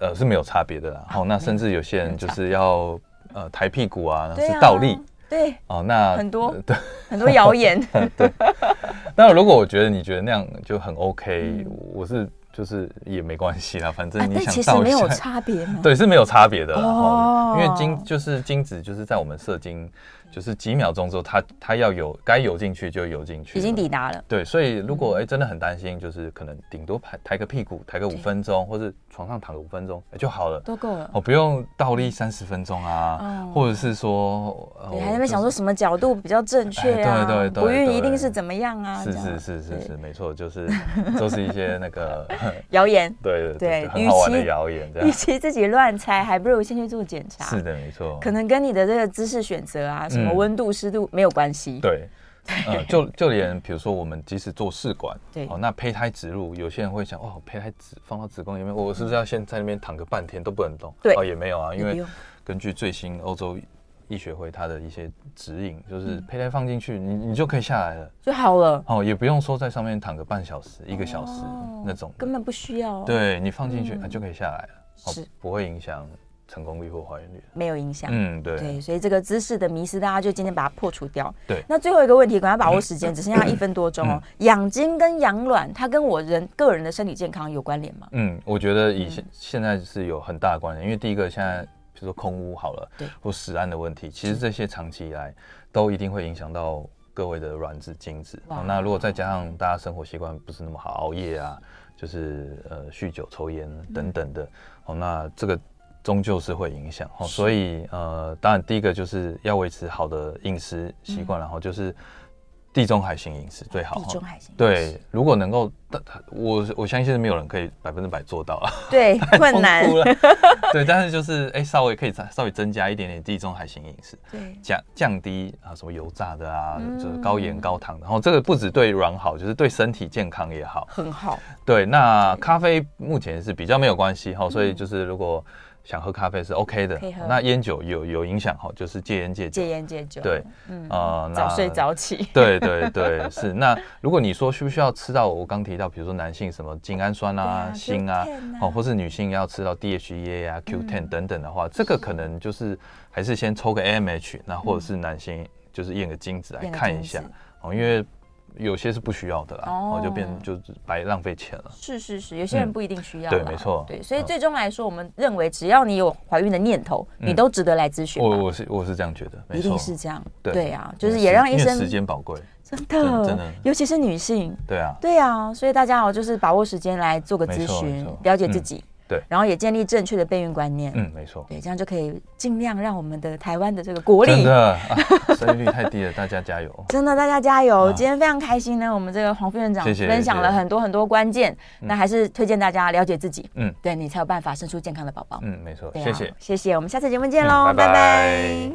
Speaker 2: 呃是没有差别的
Speaker 1: 啊
Speaker 2: 啦。哦好，那甚
Speaker 1: 嗯
Speaker 2: 至有些人就是要呃抬屁股啊，
Speaker 1: 对
Speaker 2: 是
Speaker 1: 啊
Speaker 2: 倒立
Speaker 1: 对，
Speaker 2: 哦，那
Speaker 1: 很多
Speaker 2: 呃对。
Speaker 1: 很多谣言，
Speaker 2: 那如果我觉得你觉得那样就很 OK，我是就是也没关系啦，反正
Speaker 1: 嗯啊
Speaker 2: 你
Speaker 1: 但
Speaker 2: 想
Speaker 1: 其实
Speaker 2: 到
Speaker 1: 没
Speaker 2: 一
Speaker 1: 有
Speaker 2: 下
Speaker 1: 差别嘛。
Speaker 2: 对，是没有差别的啦。
Speaker 1: 哦
Speaker 2: 哦，因为精就是精子，就是在我们射精，就是几秒钟之后，它它要游，该游进去就游进去，
Speaker 1: 已经抵。达了，
Speaker 2: 对，所以如
Speaker 1: 嗯
Speaker 2: 果哎、真的很担心，就是可能顶多抬抬个屁股，抬个五分钟，或是床上躺个五分钟、哎就好了。
Speaker 1: 都够了。
Speaker 2: 哦，不用倒立三十分钟啊，
Speaker 1: 哦
Speaker 2: 或者是说，呃
Speaker 1: 对，
Speaker 2: 我
Speaker 1: 还在那边
Speaker 2: 就
Speaker 1: 想说什么角度比较正确啊？
Speaker 2: 哎对对对
Speaker 1: 不孕
Speaker 2: 对
Speaker 1: 一定是怎么样啊？
Speaker 2: 是
Speaker 1: 这样
Speaker 2: 是是是
Speaker 1: 对
Speaker 2: 是，没错，就是都是一些那个，
Speaker 1: 谣言，
Speaker 2: 对
Speaker 1: 对
Speaker 2: 对对，很
Speaker 1: 与
Speaker 2: 好玩
Speaker 1: 其
Speaker 2: 的谣言这
Speaker 1: 与
Speaker 2: 样。
Speaker 1: 其自己乱猜，还不如先去做检查。
Speaker 2: 啊是的，没错。
Speaker 1: 可能跟你的这个姿势选择啊，什么
Speaker 2: 嗯
Speaker 1: 温度、湿度没有关系。
Speaker 2: 对，呃，就就连比如说我们即使做试管，
Speaker 1: 对
Speaker 2: 哦，那胚胎植入，有些人会想，哦，胚胎子放到子宫里面，我是不是要先在那边躺个半天都不能动？
Speaker 1: 对
Speaker 2: 哦，也没有啊，因
Speaker 1: 也不
Speaker 2: 为
Speaker 1: 用
Speaker 2: 根据最新欧洲医学会它的一些指引，就是
Speaker 1: 嗯
Speaker 2: 胚胎放进去，你你就可以下来了，
Speaker 1: 就好了，
Speaker 2: 哦，也不用说在上面躺个半小时、一个小时
Speaker 1: 哦
Speaker 2: 那种的，
Speaker 1: 根本不需要哦，
Speaker 2: 对你放进去、啊就可以下来了，哦
Speaker 1: 是
Speaker 2: 不会影响成功率或怀孕率。
Speaker 1: 没有影响。
Speaker 2: 嗯，对，
Speaker 1: 对，所以这个姿势的迷失，大家就今天把它破除掉。
Speaker 2: 对嗯
Speaker 1: 那最后一个问题，赶快把握时间，只剩下一分多钟哦。养精跟养卵，它跟我人个人的身体健康有关联吗？
Speaker 2: 嗯，我觉得以现现在是有很大的关联，因为第一个现在比如说空屋好了，
Speaker 1: 对
Speaker 2: 或食安的问题，其实这些长期以来都一定会影响到各位的卵子、精子。
Speaker 1: 哇
Speaker 2: 哦那如果再加上大家生活习惯不是那么好，熬夜啊，就是呃酗酒、抽烟等等
Speaker 1: 嗯
Speaker 2: 的，哦，那这个终究是会影响。哦，所以呃，当然第一个就是要维持好的饮食习惯，然后就是地中海型饮食最
Speaker 1: 嗯
Speaker 2: 好。
Speaker 1: 地中
Speaker 2: 哦
Speaker 1: 海型
Speaker 2: 对，如果能够，但我我相信没有人可以百分之百 做到啊，
Speaker 1: 对，困难
Speaker 2: 痛苦了。对，但是就是哎、稍微可以再稍微增加一点点地中海型饮食，
Speaker 1: 对
Speaker 2: 降降低啊什么油炸的啊，
Speaker 1: 嗯
Speaker 2: 就是高盐高糖的。然后这个不止对卵好，就是对身体健康也好。
Speaker 1: 很好，
Speaker 2: 对，那咖啡目前是比较没有关系哈，所以就是如果想喝咖啡是 OK 的
Speaker 1: 嗯可以喝。
Speaker 2: 那烟酒有有影响哈，就是戒烟戒酒。
Speaker 1: 戒烟戒酒，
Speaker 2: 对，
Speaker 1: 嗯
Speaker 2: 呃
Speaker 1: 早睡
Speaker 2: 那
Speaker 1: 早 起，
Speaker 2: 对对对，是。那如果你说需不需要吃到我刚提到，比如说男性什么精氨酸啊、
Speaker 1: 对啊
Speaker 2: 锌啊
Speaker 1: Q10 啊，
Speaker 2: 哦，或是女性要吃到 DHEA
Speaker 1: 嗯
Speaker 2: 啊、Q10 等等的话，这个可能就是还是先抽个 AMH，那或者是男性就是验个精子来
Speaker 1: 嗯验个
Speaker 2: 看
Speaker 1: 精
Speaker 2: 一下
Speaker 1: 子
Speaker 2: 哦，因为有些是不需要的啦，
Speaker 1: 哦
Speaker 2: 哦，就变就是白浪费钱了。
Speaker 1: 是是是，有些人
Speaker 2: 嗯
Speaker 1: 不一定需要啦，
Speaker 2: 对没错
Speaker 1: 对，所以
Speaker 2: 嗯
Speaker 1: 最终来说，我们认为只要你有怀孕的念头，你都值得来咨询吧，
Speaker 2: 嗯我我是我是这样觉得，没
Speaker 1: 一定
Speaker 2: 错，
Speaker 1: 是这样，
Speaker 2: 对
Speaker 1: 对啊，就是
Speaker 2: 因为
Speaker 1: 也
Speaker 2: 时
Speaker 1: 让医
Speaker 2: 因为
Speaker 1: 生
Speaker 2: 时间宝贵，
Speaker 1: 真
Speaker 2: 真真
Speaker 1: 的
Speaker 2: 的，
Speaker 1: 尤其是女性，
Speaker 2: 对啊，
Speaker 1: 对啊，所以大家好，就是把握时间来做个咨
Speaker 2: 没错
Speaker 1: 询
Speaker 2: 没错，嗯
Speaker 1: 了解自己，
Speaker 2: 对
Speaker 1: 然后也建立正确的备孕观念，
Speaker 2: 嗯，没错，
Speaker 1: 对，这样就可以尽量让我们的台湾的这个国
Speaker 2: 真
Speaker 1: 力。
Speaker 2: 的，啊生育率太低了，大家加油。
Speaker 1: 真的，大家加油！
Speaker 2: 啊
Speaker 1: 今天非常开心呢，我们这个黄副院长
Speaker 2: 谢谢
Speaker 1: 分享了
Speaker 2: 谢谢
Speaker 1: 很多很多关键，那还是推荐大家了解自己，
Speaker 2: 嗯
Speaker 1: 对你才有办法生出健康的宝宝。
Speaker 2: 嗯，没错，
Speaker 1: 对啊
Speaker 2: 谢谢。
Speaker 1: 谢谢，我们下次节目见
Speaker 2: 嗯
Speaker 1: 喽，
Speaker 2: 拜拜
Speaker 1: 拜拜